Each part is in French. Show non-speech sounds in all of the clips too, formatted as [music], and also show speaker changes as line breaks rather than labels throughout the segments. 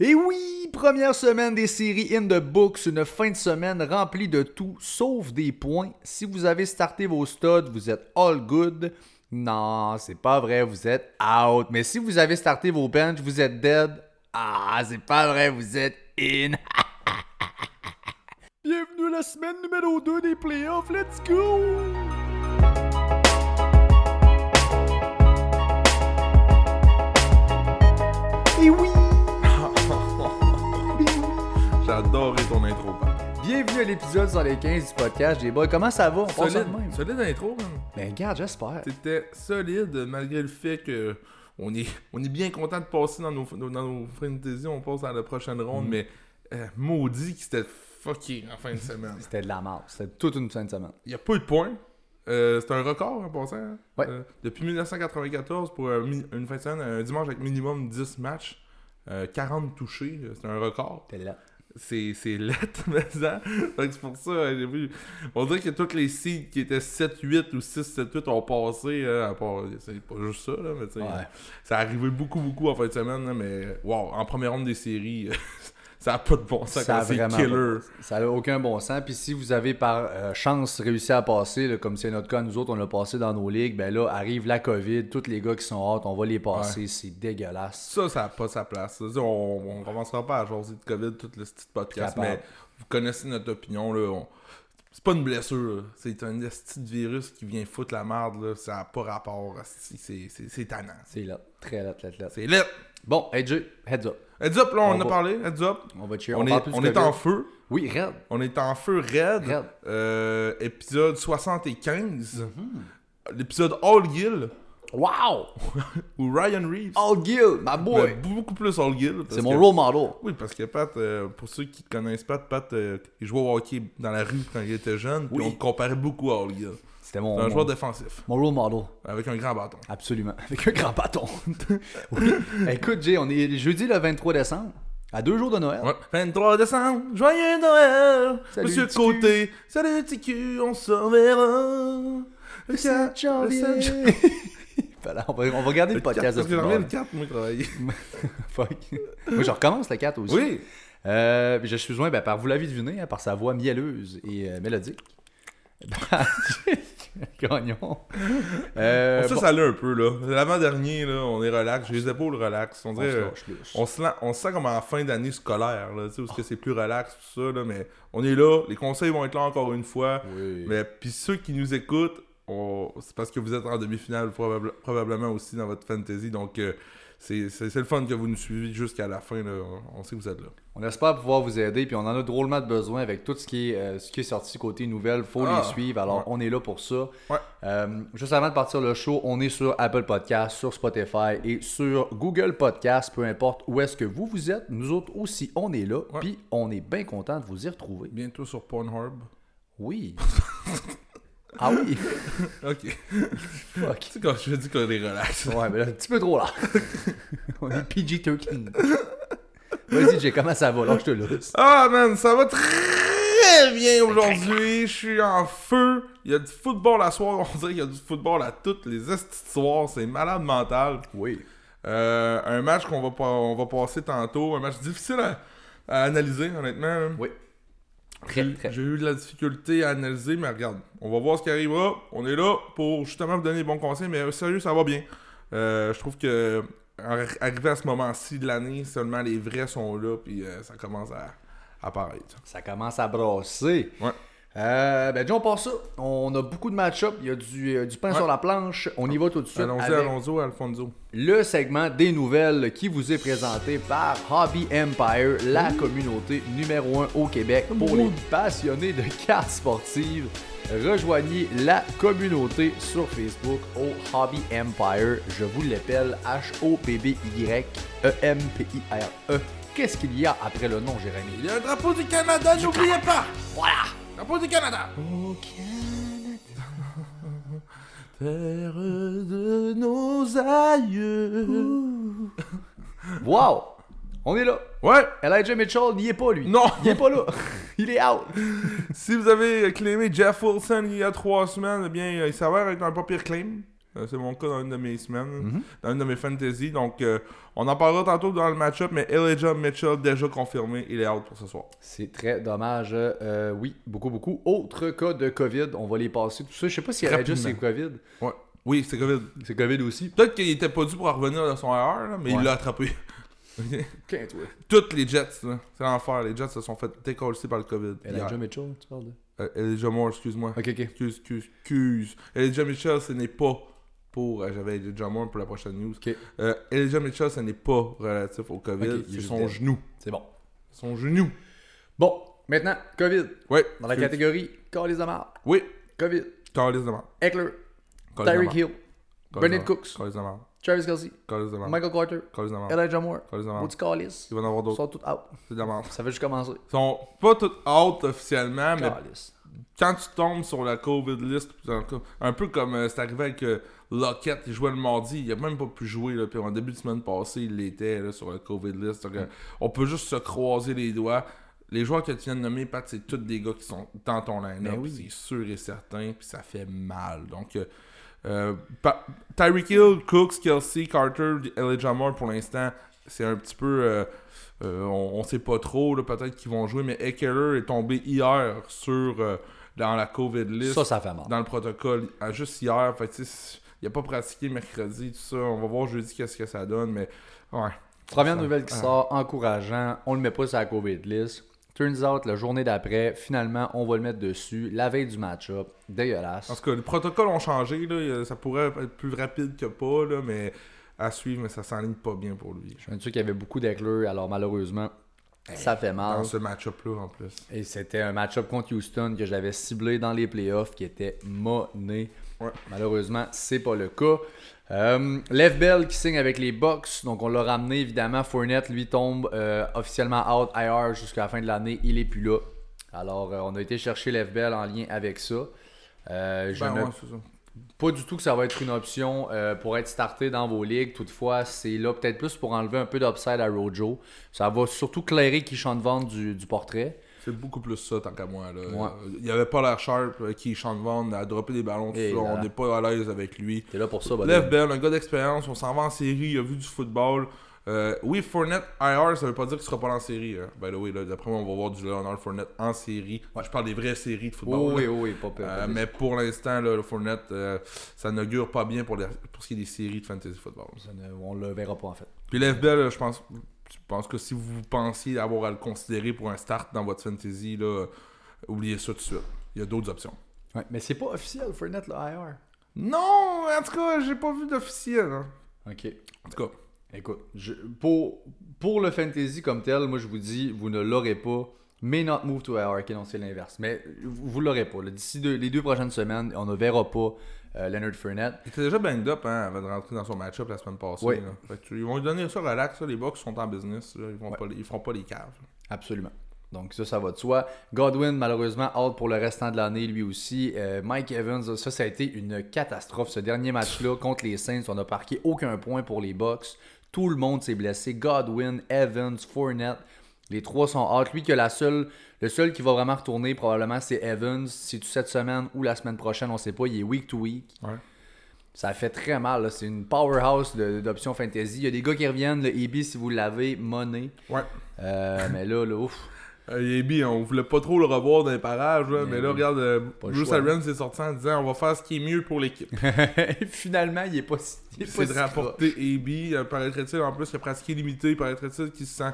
Et oui, première semaine des séries in the books, une fin de semaine remplie de tout sauf des points. Si vous avez starté vos studs, vous êtes all good. Non, c'est pas vrai, vous êtes out. Mais si vous avez starté vos bench, vous êtes dead. Ah, c'est pas vrai, vous êtes in. [laughs] Bienvenue à la semaine numéro 2 des playoffs, let's go! Et oui!
J'adorais ton intro, Pat.
Bienvenue à l'épisode sur les 15 du podcast des boys. Comment ça va? On hein. passe ça de même.
Solide, solide intro, man.
Ben regarde, j'espère.
C'était solide malgré le fait que on est, on est bien content de passer dans nos, dans nos fantasy, on passe à la prochaine
Mm-hmm.
ronde, mais euh, maudit que c'était fucké en fin de semaine.
C'était de la merde. C'était toute une fin de semaine.
Il n'y a pas eu de points. Euh, c'est un record en passant. hein.
Ouais.
Euh, depuis 1994, pour un mi- une fin de semaine, un dimanche avec minimum 10 matchs, euh, 40 touchés, euh, c'est un record.
C'était là.
C'est c'est lettre, [laughs] mais ça. Fait que c'est pour ça, euh, j'ai vu. On dirait que toutes les seeds qui étaient 7-8 ou 6-7-8 ont passé, euh, à part. C'est pas juste ça, là, mais tu sais.
Ouais.
Ça arrivait beaucoup, beaucoup en fin de semaine, là, mais wow, en première ronde des séries, [laughs] ça a pas de bon sens.
Ça a
quand C'est
vraiment
killer.
pas- ça n'a aucun bon sens. Puis si vous avez par euh, chance réussi à passer, là, comme c'est notre cas, nous autres, on l'a passé dans nos ligues, ben là, arrive la COVID, tous les gars qui sont hâte, on va les passer, c'est dégueulasse.
Ça, ça n'a pas sa place. Ça veut dire, on ne commencera pas à jaser de COVID tout le petit podcast,
Capable.
mais vous connaissez notre opinion. Là, on- C'est pas une blessure. là. C'est un esti de virus qui vient foutre la merde. Là. Ça n'a pas rapport. esti. C'est- C'est c'est tannant.
C'est là, très là, là, là.
C'est lit.
Bon, hey Jay, heads up.
Heads up, là, on,
On
en a
va-
parlé. Heads up.
On va cheer.
On,
parle
est,
plus du
on est
COVID.
en feu.
Oui, raide.
On est en feu raide.
Raide.
Euh, épisode 75.
Mhm.
L'épisode All Gill
Wow!
où Ryan Reeves.
All Gill, ma
Ben,
Oh, boy!
beaucoup plus All Gill. parce
c'est mon
que-
role model.
Oui, parce que Pat, euh, pour ceux qui connaissent Pat, Pat, euh, il jouait au hockey dans la rue quand il était jeune, puis
Oui.
on le comparait beaucoup à All Gill.
C'était
C'est
mon,
un
mon,
joueur défensif,
mon role model.
avec un grand bâton.
Absolument. [laughs] Avec un grand bâton. oui. Écoute, Jay, on est jeudi le 23 décembre, à deux jours de Noël.
Ouais. 23 décembre, joyeux Noël,
Salut,
Monsieur
TQ.
Côté, salut TQ, on se reverra. Le 4 janvier.
[laughs] Voilà, on, va, on va regarder le podcast de
Parce que j'en
football.
reviens le 4, moi, travailler.
[laughs] Fuck. Moi, je recommence le 4 aussi.
Oui,
Euh, je suis joint ben, par, vous l'avez deviné, hein, par sa voix mielleuse et euh, mélodique. [laughs] Par Gagnon. Euh,
Pour ça,
bon,
ça allait un peu, là. L'avant-dernier, là, on est relax, j'ai les épaules relax. On
on se
dirait, euh,
lâche plus.
On se, lan- on se sent comme en fin d'année scolaire, là, tu sais, où est-ce que c'est plus relax, tout ça, là, mais on est là, les conseils vont être là encore une fois.
Oui.
Mais puis ceux qui nous écoutent, on- c'est parce que vous êtes en demi-finale probable- probablement aussi dans votre fantasy, donc euh, c'est c'est- c'est le fun que vous nous suivez jusqu'à la fin, là. On- on sait que vous êtes là.
On espère pouvoir vous aider, puis on en a drôlement de besoin avec tout ce qui est, euh, ce qui est sorti côté nouvelles. Faut
Ah.
les suivre, alors on est là pour ça.
Ouais.
Euh, juste avant de partir le show, on est sur Apple Podcast, sur Spotify et sur Google Podcast, peu importe où est-ce que vous vous êtes. Nous autres aussi, on est là,
Ouais.
puis on est bien content de vous y retrouver.
Bientôt sur Pornhub. [laughs]
Oui. ah oui,
Ok. [laughs]
fuck.
tu sais, quand je dis qu'on est relax.
Ouais, mais là, un petit peu trop là. [laughs] on est PG-13. Vas-y, Jay, comment ça va? Lâche-toi là.
Ah man, ça va très bien aujourd'hui. Je suis en feu. Il y a du football à soir. On dirait qu'il y a du football à toutes les estis de soir. C'est malade mental.
Oui.
Euh, un match qu'on va, pas- on va passer tantôt. Un match difficile à, à analyser, honnêtement.
Oui. Très, très.
J'ai eu de la difficulté à analyser, mais regarde, on va voir ce qui arrivera. On est là pour justement vous donner les bons conseils, mais euh, sérieux, ça va bien. Euh, je trouve que arri- arrivé à ce moment-ci de l'année, seulement les vrais sont là, puis euh, ça commence à à apparaître.
Ça commence à brasser.
Ouais.
Euh, ben, John, on part ça. On a beaucoup de match-up. Il y a du, euh, du pain
Ouais.
sur la planche. On y va tout de suite.
Allons-y,
avec
Alonso, Alfonso.
Le segment des nouvelles qui vous est présenté par Hobby Empire, la communauté numéro 1 au Québec pour les passionnés de [laughs] cartes sportives. Rejoignez la communauté sur Facebook au Hobby Empire. Je vous l'appelle E H-O-B-B-Y-E-M-P-I-R-E. E. Qu'est-ce qu'il y a après le nom, Jérémy?
Il y a un drapeau du Canada, n'oubliez pas!
Voilà!
Drapeau du Canada! Terre de nos aïeux.
Wow! On est là!
Ouais!
Elijah Mitchell n'y est pas, lui.
Non.
Il est pas [laughs] là. Il est out.
euh, Si vous avez claimé Jeff Wilson il y a trois semaines, eh bien, il s'avère être un pas pire claim. Euh, C'est mon cas dans une de mes semaines,
Mhm.
dans une de mes fantasy. Donc, euh, on en parlera tantôt dans le match-up, mais Elijah Mitchell, déjà confirmé, il est out pour ce soir.
C'est très dommage. Euh, oui, beaucoup, beaucoup. Autre cas de COVID, on va les passer. Tout ça, je sais pas si elle a
Rapidement.
juste c'est COVID.
Ouais. Oui, c'est COVID.
C'est COVID aussi.
Peut-être qu'il était pas dû pour revenir de son erreur, là, mais
Ouais.
il l'a attrapé. [laughs]
Ok, toi.
Toutes les Jets, là, c'est l'enfer. Les Jets se sont fait décoller par le COVID.
Elijah
hier.
Mitchell, tu parles de.
Euh, Elijah Moore, excuse-moi.
Ok, ok.
Excuse, excuse, excuse. Elijah Mitchell, ce n'est pas pour. euh, J'avais Elijah Moore pour la prochaine news.
Ok.
Euh, Elijah Mitchell, ce n'est pas relatif au COVID.
Ok, il est
c'est
juste
son
dead.
genou.
C'est bon.
Son genou.
Bon, maintenant, COVID.
Ouais.
Dans la
excuse.
catégorie Carlis Amar,
Oui.
COVID,
Carlis de mort.
Eckler, Tyreek Hill, Brennan Cooks,
Carlis de mort.
Travis Kelsey,
Carlis de mort.
Michael Carter,
Carlis de mort.
Elijah Moore,
Carlis de mort.
Woody Carlis,
Il va en avoir d'autres.
sont tous out.
C'est de la merde.
Ça fait juste commencer.
Ils sont pas toutes out officiellement, mais
Carlis.
quand tu tombes sur la COVID list, pis dans le cas- un peu comme euh, c'est arrivé avec euh, Lockett, il jouait le mardi, il a même pas pu jouer, là, puis en début de semaine passée, il l'était là, sur la COVID list. Donc, euh, on peut juste se croiser les doigts. Les joueurs que tu viens de nommer, Pat, c'est tous des gars qui sont dans ton line-up,
Ben oui.
c'est sûr et certain, puis ça fait mal. Donc, euh, euh, pa- Tyreek Hill, Cooks, Kelsey, Carter, Elijah Moore, pour l'instant, c'est un petit peu... euh, euh, on, on sait pas trop, là, peut-être qu'ils vont jouer, mais Eckler est tombé hier sur euh, dans la COVID list,
Ça, ça fait mal.
dans le protocole, à- juste hier. Fait que, tu sais, c'est- il a pas pratiqué mercredi, tout ça. On va voir jeudi qu'est-ce que ça donne, mais ouais.
Première
Ça-
nouvelle qui
ah.
sort, encourageant. On le met pas sur la COVID list. Turns out, la journée d'après, finalement, on va le mettre dessus. La veille du match-up.
En
Dégueulasse.
tout cas, les protocoles ont changé, là, il- ça pourrait être plus rapide que pas, là, mais à suivre, mais ça s'enligne pas bien pour lui.
Je me suis qu'il y avait beaucoup d'Eckler, alors malheureusement, ça fait mal.
Dans ce match-up-là, en plus.
Et c'était un match-up contre Houston que j'avais ciblé dans les playoffs qui était monné.
Ouais.
Malheureusement, c'est pas le cas. Euh, Lev Bell qui signe avec les Bucks, donc on l'a ramené évidemment. Fournette lui tombe euh, officiellement out IR jusqu'à la fin de l'année, il est plus là. Alors euh, on a été chercher Lev Bell en lien avec ça. Euh, je
Ben
ne
ouais, c'est ça.
pas du tout que ça va être une option euh, pour être starté dans vos ligues. Toutefois, c'est là peut-être plus pour enlever un peu d'upside à Rojo. Ça va surtout clairer Kishan Vente du, du portrait.
C'est beaucoup plus ça, tant qu'à moi. Là.
Ouais.
Il avait pas l'air sharp, euh, qui chante vendre, à dropper des ballons, tout
Et
ça.
là.
On n'est pas à l'aise avec lui.
T'es là pour ça, Bobby.
Lev Bell, un gars d'expérience, on s'en va en série, il a vu du football. Euh, oui, Fournette IR, ça veut pas dire qu'il sera pas là en série. hein. By the way, là, d'après moi, on va voir du Leonard Fournette en série. Je parle des vraies séries de football.
Oh
là.
oui, oh oui, pas peur.
Euh, mais pour l'instant, là, le Fournette, euh, ça n'augure pas bien pour, les- pour ce qui est des séries de fantasy football.
Ça ne- on le verra pas en fait.
Puis Lev Bell, là, je pense, je pense que si vous pensiez avoir à le considérer pour un start dans votre fantasy, là, euh, oubliez ça tout de suite. Il y a d'autres options.
Mais c'est pas officiel, Fournette, le IR.
Non, en tout cas, j'ai pas vu d'officiel. hein.
Ok.
En tout cas,
Écoute, je- pour, pour le fantasy comme tel, moi je vous dis, vous ne l'aurez pas. May not move to IR, ok, non, c'est l'inverse. Mais vous, vous l'aurez pas. là. D'ici deux- les deux prochaines semaines, on ne verra pas euh, Leonard Fournette.
il était déjà banged up hein, avant de rentrer dans son match-up la semaine passée.
Oui.
là. Fait que tu- ils vont lui donner ça relax. ça, les box sont en business. là. Ils, vont pas, les- ils feront pas les caves.
Absolument. Donc ça, ça va de soi. Godwin, malheureusement, out pour le restant de l'année, lui aussi. Euh, Mike Evans, ça, ça a été une catastrophe. Ce dernier match-là contre les Saints, on n'a marqué aucun point pour les Bucks. Tout le monde s'est blessé. Godwin, Evans, Fournette, les trois sont out. Lui que la seule, le seul qui va vraiment retourner probablement, c'est Evans. Si tu cette semaine ou la semaine prochaine, on sait pas. Il est week to week.
Ouais.
Ça fait très mal. là. C'est une powerhouse de- d'options fantasy. Il y a des gars qui reviennent. Le EB, si vous l'avez, money.
Ouais.
Euh, [laughs] mais là, là, ouf.
Euh, Yebi, on voulait pas trop le revoir dans les parages, là, mais,
Mais
là,
oui.
regarde, euh,
le
Bruce
choix.
Arians est sorti en disant on va faire ce qui est mieux pour l'équipe.
Et [laughs] Finalement, il est pas si. il est pas
C'est de
si
rapporter AB, euh, paraîtrait-il, en plus, il a pratiqué limité, paraîtrait-il, qu'il se sent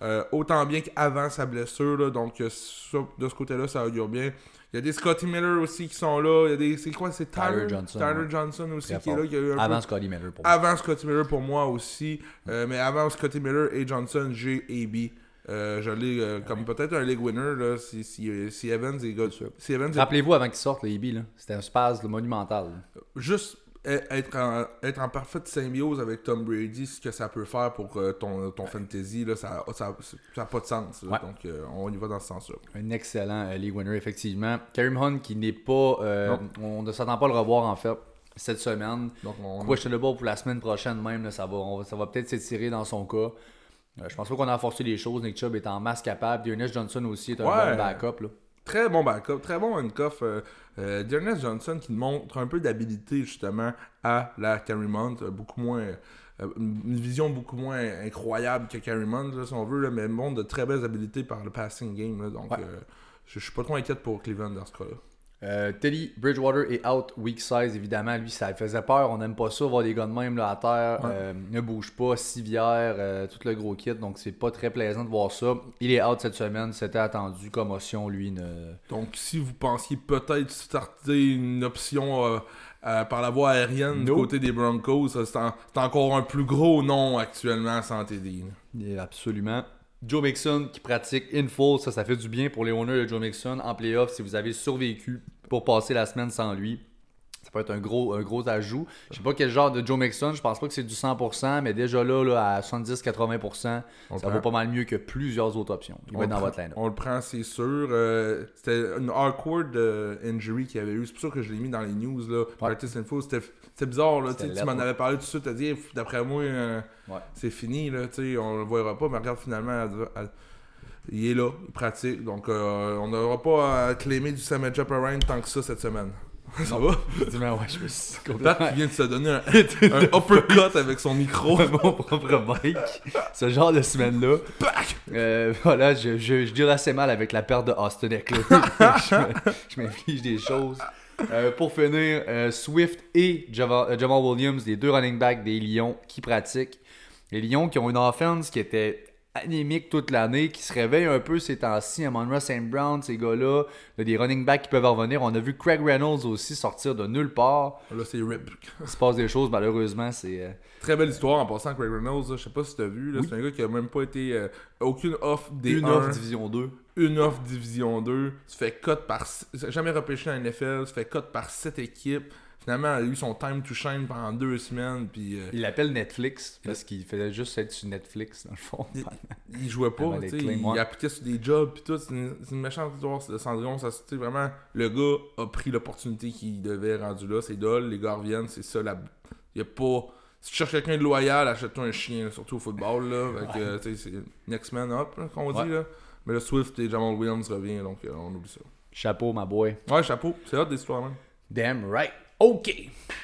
euh, autant bien qu'avant sa blessure, là. donc euh, ça, de ce côté-là, ça augure bien. Il y a des Scotty Miller aussi qui sont là, il y a des... C'est quoi, c'est Tyler,
Tyler Johnson,
Tyler
ouais.
Johnson aussi
Très
qui est
fort.
là, qui a eu un
croche.
peu-
Avant Scotty Miller pour moi.
Avant Scotty Miller pour moi aussi, euh, mais avant Scotty Miller et Johnson, j'ai AB. Euh, je l'ai euh, comme peut-être un league winner là, si, si, euh, si Evans est good. Si Evans est-
Rappelez-vous avant qu'il sorte, le EB, là. C'était un spasme monumental. là.
juste e- être en, être en parfaite symbiose avec Tom Brady, ce que ça peut faire pour euh, ton, ton fantasy, là, ça n'a ça, ça a pas de sens. là.
Ouais.
Donc, euh, on y va dans ce sens-là.
Un excellent euh, league winner, effectivement. Karim Hunt qui n'est pas. euh, on ne s'attend pas à le revoir, en fait, cette semaine.
Donc, on,
Quoi, je te le bord pour la semaine prochaine même, là, ça va, on va- ça va peut-être s'étirer dans son cas. Euh, je pense pas qu'on a forcé les choses. Nick Chubb est en masse capable. Dearness Johnson aussi est un
Ouais.
bon backup. Là.
Très bon backup, très bon handcuff. Euh, euh, Dearness Johnson qui montre un peu d'habilité justement à la Carrie Mount, euh, beaucoup moins. euh, une vision beaucoup moins incroyable que Carrie Mount, là, si on veut, là, mais montre de très belles habilités par le passing game. là. donc,
Ouais.
euh, je je suis pas trop inquiète pour Cleveland dans ce cas-là.
Euh, Teddy Bridgewater est out week 16, évidemment. Lui, ça faisait peur. On n'aime pas ça, voir des gars de même là, à terre.
Ouais.
Euh, ne bouge pas, civière, euh, tout le gros kit. Donc, c'est pas très plaisant de voir ça. Il est out cette semaine. C'était attendu. Commotion, lui. Ne...
Donc, si vous pensiez peut-être starter une option euh, euh, par la voie aérienne du
No.
côté des Broncos, ça, c'est en- c'est encore un plus gros nom actuellement sans TD. là.
Et Absolument. Joe Mixon qui pratique in full. Ça, ça fait du bien pour les owners de Joe Mixon en playoff si vous avez survécu pour passer la semaine sans lui. Ça peut être un gros, un gros ajout. Je sais pas quel genre de Joe Mixon. Je pense pas que c'est du 100%, mais déjà là, là à 70-80%,
On
ça
prend-
vaut pas mal mieux que plusieurs autres options. Il
on
va être dans
le
votre
prend-
line
On le prend, c'est sûr. Euh, c'était une awkward euh, injury qu'il avait eu. C'est pour ça que je l'ai mis dans les news. Là. Practice Info, c'était c'était bizarre. Là, tu sais,
C'était
tu m'en
laid, ouais.
avais parlé tout de suite. Tu as dit, Pff, d'après moi, euh,
Ouais.
c'est fini. Là, tu sais, on le verra pas. Mais regarde, finalement, elle- elle- il est là. Il pratique. Donc, euh, on n'aura pas à claimer du Sam Jump tant que ça
[laughs]
cette semaine. ça va?
Effectivement, ouais, je me
[laughs]
suis
Pat
complètement
qui vient de se donner un, un uppercut avec son micro.
à [laughs] mon propre mic. Ce genre de semaine-là.
Pac!
Euh, voilà, je, je, je deal assez mal avec la perte de Austin Eckler. [laughs] je me- je m'inflige des choses. Euh, pour finir, euh, Swift et Java- euh, Jamal Williams, les deux running backs des Lions qui pratiquent. Les Lions qui ont une offense qui était anémique toute l'année, qui se réveille un peu ces temps-ci. Amon St. Brown, ces gars-là, il y a des running backs qui peuvent en revenir. On a vu Craig Reynolds aussi sortir de nulle part.
Là, c'est rip.
Il se passe des choses, malheureusement, c'est... euh,
Très belle histoire en passant Craig Reynolds, là, je sais pas si t'as vu, là, c'est un gars qui a même pas été euh, aucune off des
une
1,
offre Division 2.
une off division 2, se fait cote par six- jamais repêché en NFL, se fait cote par 7 équipes. Finalement, elle a eu son time to shine pendant deux semaines puis euh,
Il l'appelle Netflix parce qu'il faisait juste être sur Netflix, dans le fond.
Il- il jouait
Avant
pas,
les
tu sais,
claims,
il
ouais.
appliquait sur des jobs puis tout, c'est une, c'est une méchante histoire de Cendrillon, ça c'est vraiment le gars a pris l'opportunité qu'il devait rendu là, c'est dole, les gars reviennent, c'est ça la il y a pas si tu cherches quelqu'un de loyal, achète-toi un chien, là, surtout au football là, Fait que, tu sais, c'est next man up là, qu'on
Ouais.
dit là. Mais le Swift et Jamal Williams revient donc euh, on oublie ça.
Chapeau, ma boy.
Ouais, chapeau, c'est hot des histoires même.
Damn right. OK.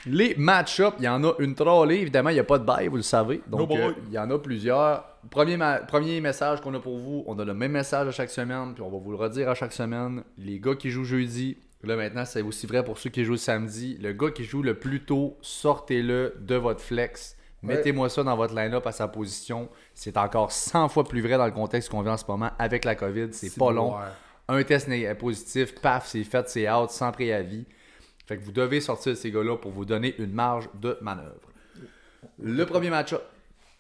Les match-ups, il y en a une trollée. Évidemment, il n'y a pas de bail, vous le savez.
No
Donc,
boy.
euh, il y en a plusieurs. Premier, ma- premier message qu'on a pour vous, on a le même message à chaque semaine, puis on va vous le redire à chaque semaine. Les gars qui jouent jeudi, là maintenant, c'est aussi vrai pour ceux qui jouent samedi. Le gars qui joue le plus tôt, sortez-le de votre flex.
Ouais.
Mettez-moi ça dans votre line-up à sa position. C'est encore 100 fois plus vrai dans le contexte qu'on vit en ce moment avec la COVID. C'est pas long.
noir.
un test né- euh, positif, paf, c'est fait, c'est out, sans préavis. Fait que vous devez sortir ces gars-là pour vous donner une marge de manœuvre. Le premier match-up,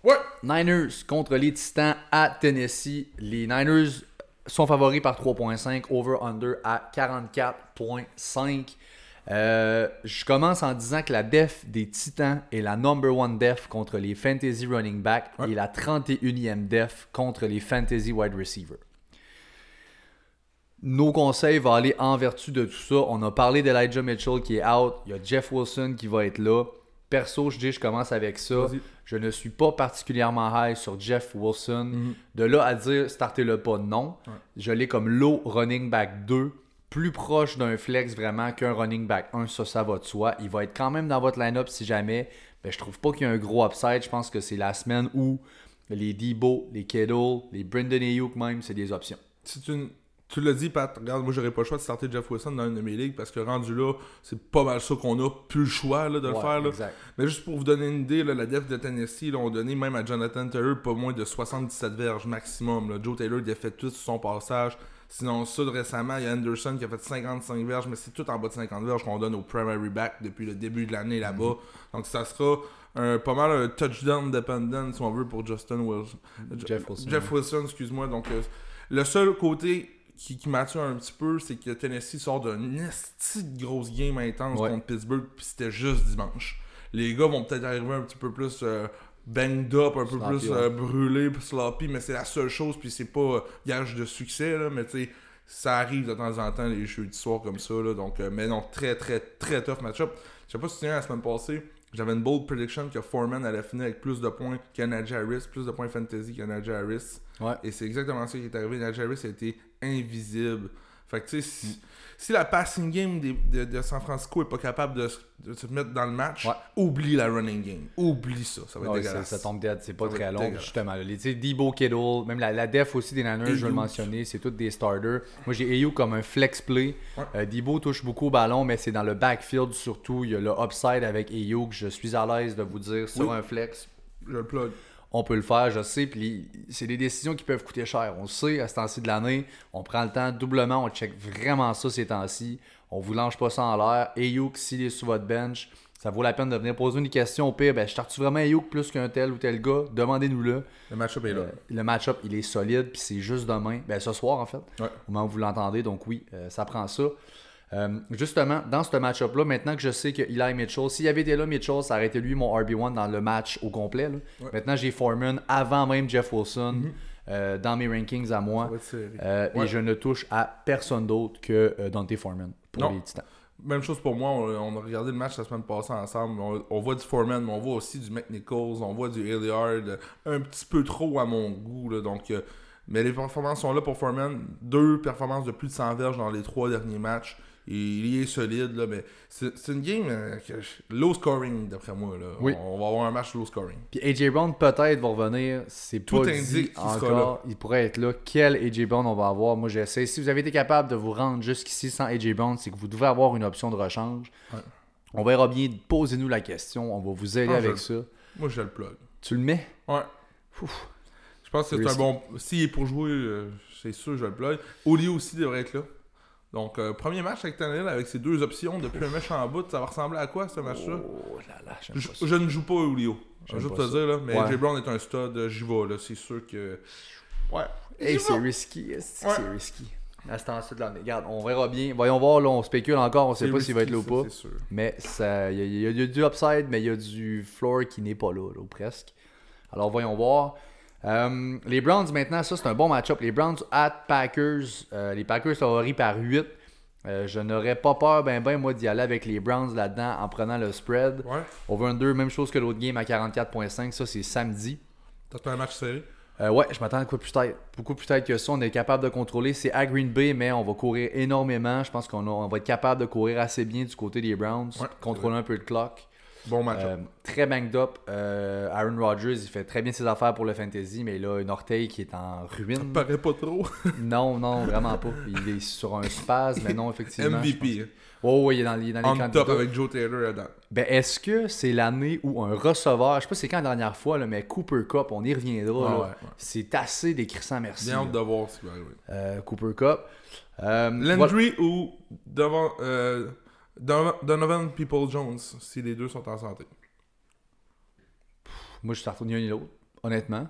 Ouais.
Niners contre les Titans à Tennessee. Les Niners sont favoris par 3.5, over-under à 44.5. Euh, je commence en disant que la def des Titans est la number one def contre les fantasy running back et la 31e def contre les fantasy wide receivers. Nos conseils vont aller en vertu de tout ça. On a parlé d'Elijah Mitchell qui est out. Il y a Jeff Wilson qui va être là. Perso, je dis, je commence avec ça.
Vas-y.
Je ne suis pas particulièrement high sur Jeff Wilson. De là à dire, startez-le pas, non. Je l'ai comme low running back 2. Plus proche d'un flex vraiment qu'un running back 1, ça, ça va de soi. Il va être quand même dans votre line-up si jamais. Mais je trouve pas qu'il y a un gros upside. Je pense que c'est la semaine où les Debo, les Kittle, les Brendan Ayuk même, c'est des options.
Si tu, tu l'as dit, Pat, regarde, moi j'aurais pas le choix de starter Jeff Wilson dans une de mes ligues parce que rendu là, c'est pas mal ça qu'on a plus le choix là, de le
Ouais,
faire. là.
exact.
Mais juste pour vous donner une idée, là, la def de Tennessee, là, on donnait même à Jonathan Taylor pas moins de 77 verges maximum. là. Joe Taylor il a fait tout sur son passage. Sinon, ça de récemment, il y a Anderson qui a fait 55 verges, mais c'est tout en bas de 50 verges qu'on donne au primary back depuis le début de l'année là-bas.
Mm-hmm.
Donc ça sera un, pas mal un touchdown dependent, si on veut, pour Justin Wilson.
Jeff Wilson.
Jeff Wilson, excuse-moi. Donc, euh, le seul côté qui, qui m'attire un petit peu, c'est que Tennessee sort d'une esti de grosse game intense
Ouais.
contre Pittsburgh, puis c'était juste dimanche. Les gars vont peut-être arriver un petit peu plus euh, banged up, un peu
Sloppy,
plus
ouais.
euh, brûlés, puis sloppy, mais c'est la seule chose, puis c'est pas euh, gage de succès, là, mais tu sais, ça arrive de temps en temps les jeudis soirs comme ça, là, donc, euh, mais non, très, très, très tough match-up. Je sais pas si tu te souviens, la semaine passée, j'avais une bold prediction que Foreman allait finir avec plus de points qu'un Harris, plus de points fantasy qu'un Harris.
Ouais.
Et c'est exactement ça qui est arrivé. Najee Harris a été invisible. Fait que,
Mm.
tu sais, si, si la passing game des- de, de San Francisco est pas capable de, se- de se mettre dans le match,
Ouais. Ah
oublie la running game. Oublie ça. Ça va être
Ouais, ça,
dégueulasse.
ça tombe dead, c'est pas
Ça va
très
être
long,
dégueulasse.
justement. là. Les, tu sais, Debo Kittle, même la, la def aussi des Niners, je vais le
Ayuk.
mentionner, c'est tous des starters. Moi, j'ai Ayu comme un flex play.
Ouais.
Euh, Debo touche beaucoup au ballon, mais c'est dans le backfield surtout. Il y a le upside avec Ayu que je suis à l'aise de vous dire sur
Oui.
un flex.
Je le plug.
On peut le faire, je sais, puis les- c'est des décisions qui peuvent coûter cher. On le sait, à ce temps-ci de l'année, on prend le temps doublement, on check vraiment ça ces temps-ci. On vous lâche pas ça en l'air. Ayuk, s'il est sous votre bench, ça vaut la peine de venir poser une question. Au pire, ben, je starte vraiment Ayuk plus qu'un tel ou tel gars? Demandez-nous-le.
Le match-up est là.
Euh, le match-up, il est solide, puis c'est juste demain. Ben, ce soir, en fait,
Ouais.
au moment où vous l'entendez. Donc oui, euh, ça prend ça. Euh, justement, dans ce match-up-là, maintenant que je sais que Eli Mitchell, s'il avait été là, Mitchell, ça aurait été lui mon RB1 dans le match au complet. là.
Ouais. Mm-hmm.
Maintenant, j'ai Foreman avant même Jeff Wilson euh, dans mes rankings à moi.
Ça va être serré.
Euh, Et
Ouais.
je ne touche à personne d'autre que euh, Dante Foreman pour
Non.
les Titans.
Même chose pour moi, on, on a regardé le match la semaine passée ensemble. On, on voit du Foreman, mais on voit aussi du McNichols, on voit du Hilliard, un petit peu trop à mon goût. là. donc, euh, mais les performances sont là pour Foreman. Deux performances de plus de 100 verges dans les trois derniers matchs. Et il y est solide, là, mais c'est c'est une game euh, que je- low scoring, d'après moi. Là.
Oui.
On, on va avoir un match low scoring.
Puis AJ Brown peut-être va revenir. C'est
Tout
pas
indique
dit
qu'il sera
encore. Il pourrait être là. Quel AJ Brown on va avoir Moi j'essaie. Si vous avez été capable de vous rendre jusqu'ici sans AJ Brown, c'est que vous devez avoir une option de rechange.
Ouais.
On verra bien. Posez-nous la question. On va vous aider
Ah,
avec
je-
ça.
Moi, je le plug.
Tu le mets
Ouais.
Ouf.
Je pense que c'est un
Risky.
bon. S'il est pour jouer, euh, c'est sûr, je le plug. Oli aussi devrait être là. Donc, euh, premier match avec Tannehill avec ses deux options depuis un match en bout, ça va ressembler à quoi ce match-là
Oh là là, j'aime
je,
pas ça.
je ne joue pas Olio. Je
J'aime
veux juste
pas
te
ça.
dire, là, mais
Ouais.
Jay Brown est un stud, euh, j'y vais, là, c'est sûr que. Ouais.
Hey,
J'y
c'est
vais.
risky. est-ce que
Ouais.
C'est risky. À ce temps-ci de l'année. Regarde, on verra bien. Voyons voir. Là, on spécule encore. On sait
C'est
pas s'il va être
risky,
là ou
ça,
pas.
C'est sûr.
Mais ça- il y, a- il y a- il y a du upside, mais il y a du floor qui n'est pas là, là, ou presque. Alors voyons voir. Euh, les Browns maintenant, ça c'est un bon match-up. Les Browns at Packers. Euh, les Packers favoris par 8. Euh, je n'aurais pas peur, ben ben, moi, d'y aller avec les Browns là-dedans en prenant le spread.
Ouais.
Over 2, même chose que l'autre game à 44.5. Ça, c'est samedi.
T'as un match serré.
Euh, ouais, je m'attends à quoi plus tard. Beaucoup plus tard que ça. On est capable de contrôler. C'est à Green Bay, mais on va courir énormément. Je pense qu'on a- on va être capable de courir assez bien du côté des Browns.
Ouais,
contrôler un peu le clock.
Bon match.
Euh, très banged up. Euh, Aaron Rodgers, il fait très bien ses affaires pour le fantasy, mais là, une orteil qui est en ruine.
Paraît pas trop.
Non, non, vraiment pas. Il est sur un spasme, mais non, effectivement.
MVP.
Oh, oui, il est dans, il est dans les
hein. On
candidats.
top avec Joe Taylor là-dedans.
Ben, est-ce que c'est l'année où un receveur, je sais pas c'est quand la dernière fois, là, mais Cooper Cup, on y reviendra.
Ouais,
là.
ouais, ouais.
C'est assez décrissant, merci.
Bien hâte
là.
de voir ce qui va arriver.
Euh, Cooper Cup. Euh, voilà.
Landry ou devant, euh, Donovan- Donovan People Jones, si les deux sont en santé.
Moi, je starte ni un ni l'autre, honnêtement.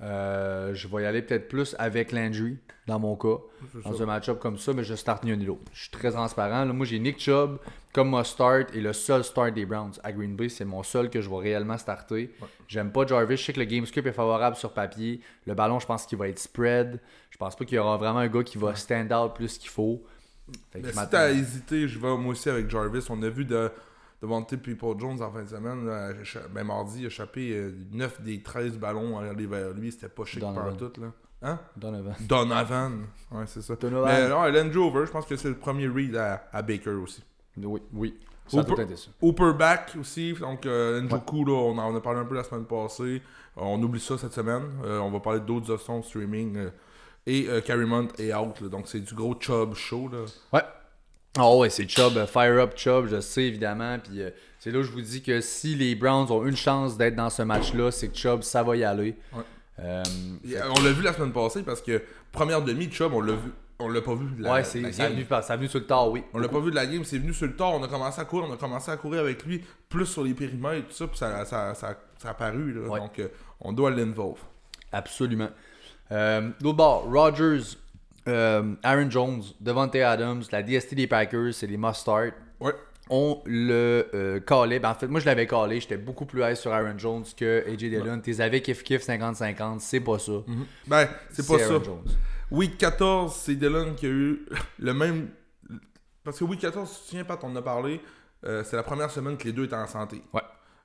Euh, je vais y aller peut-être plus avec Landry, dans mon cas,
C'est
dans
ça.
un match-up comme ça, mais je starte ni un ni l'autre. Je suis très transparent. Là, moi, j'ai Nick Chubb comme mon start et le seul start des Browns à Green Bay. C'est mon seul que je vais réellement starter. J'aime pas Jarvis. Je sais que le GameScape est favorable sur papier. Le ballon, je pense qu'il va être spread. Je pense pas qu'il y aura vraiment un gars qui va stand out plus qu'il faut. Fait que
Mais
je
si
m'attends-
t'as hésité, je vais moi aussi avec Jarvis. On a vu de Devante People Jones en fin de semaine, là, écha- ben mardi, il a échappé 9 des 13 ballons aller vers lui. C'était pas chic par
Donovan.
tout. Là. Hein?
Donovan.
Donovan. Ouais, c'est ça.
Donovan.
Mais non, Landry over, je pense que c'est le premier read à, à Baker aussi.
Oui, oui. Ça a
Ou
tout
peut-
été ça.
Hooper back aussi, donc euh, Njoku, là, on en a parlé un peu la semaine passée. Euh, On oublie ça cette semaine. Euh, on va parler d'autres options de streaming. euh, et euh, Carrie Mount est out, là, donc c'est du gros chub show. Là.
Ouais. Oh ouais, c'est Chubb, euh, fire up Chubb, je sais évidemment. Puis euh, c'est là où je vous dis que si les Browns ont une chance d'être dans ce match-là, c'est que Chubb, ça va y aller.
Ouais.
Euh,
Et, euh, on l'a vu la semaine passée parce que première demi, chub, on l'a vu. On l'a pas vu. de La,
ouais, c'est
la
ça a
game.
venu, par- ça a venu sur le tard, oui.
On l'a pas vu de la game, c'est venu sur le tard, on a commencé à courir, on a commencé à courir avec lui, plus sur les périmètres et tout ça, puis ça, ça, ça, ça a paru, là.
Ouais.
donc euh, on doit l'involve.
Absolument. Euh, L'autre bord, Rodgers, euh, Aaron Jones, Devante Adams, la DST des Packers, c'est les must-start.
Ouais,
On le euh, callait. Ben, en fait, moi, je l'avais callé. J'étais beaucoup plus high sur Aaron Jones que AJ Dillon. T'es avec kiff-kiff 50-50, c'est pas ça.
ben c'est pas
Aaron
ça.
Jones.
Week 14, c'est Dylan qui a eu le même. Parce que Week 14, tu te souviens, Pat, on en a parlé, euh, c'est la première semaine que les deux étaient en santé.
Ouais.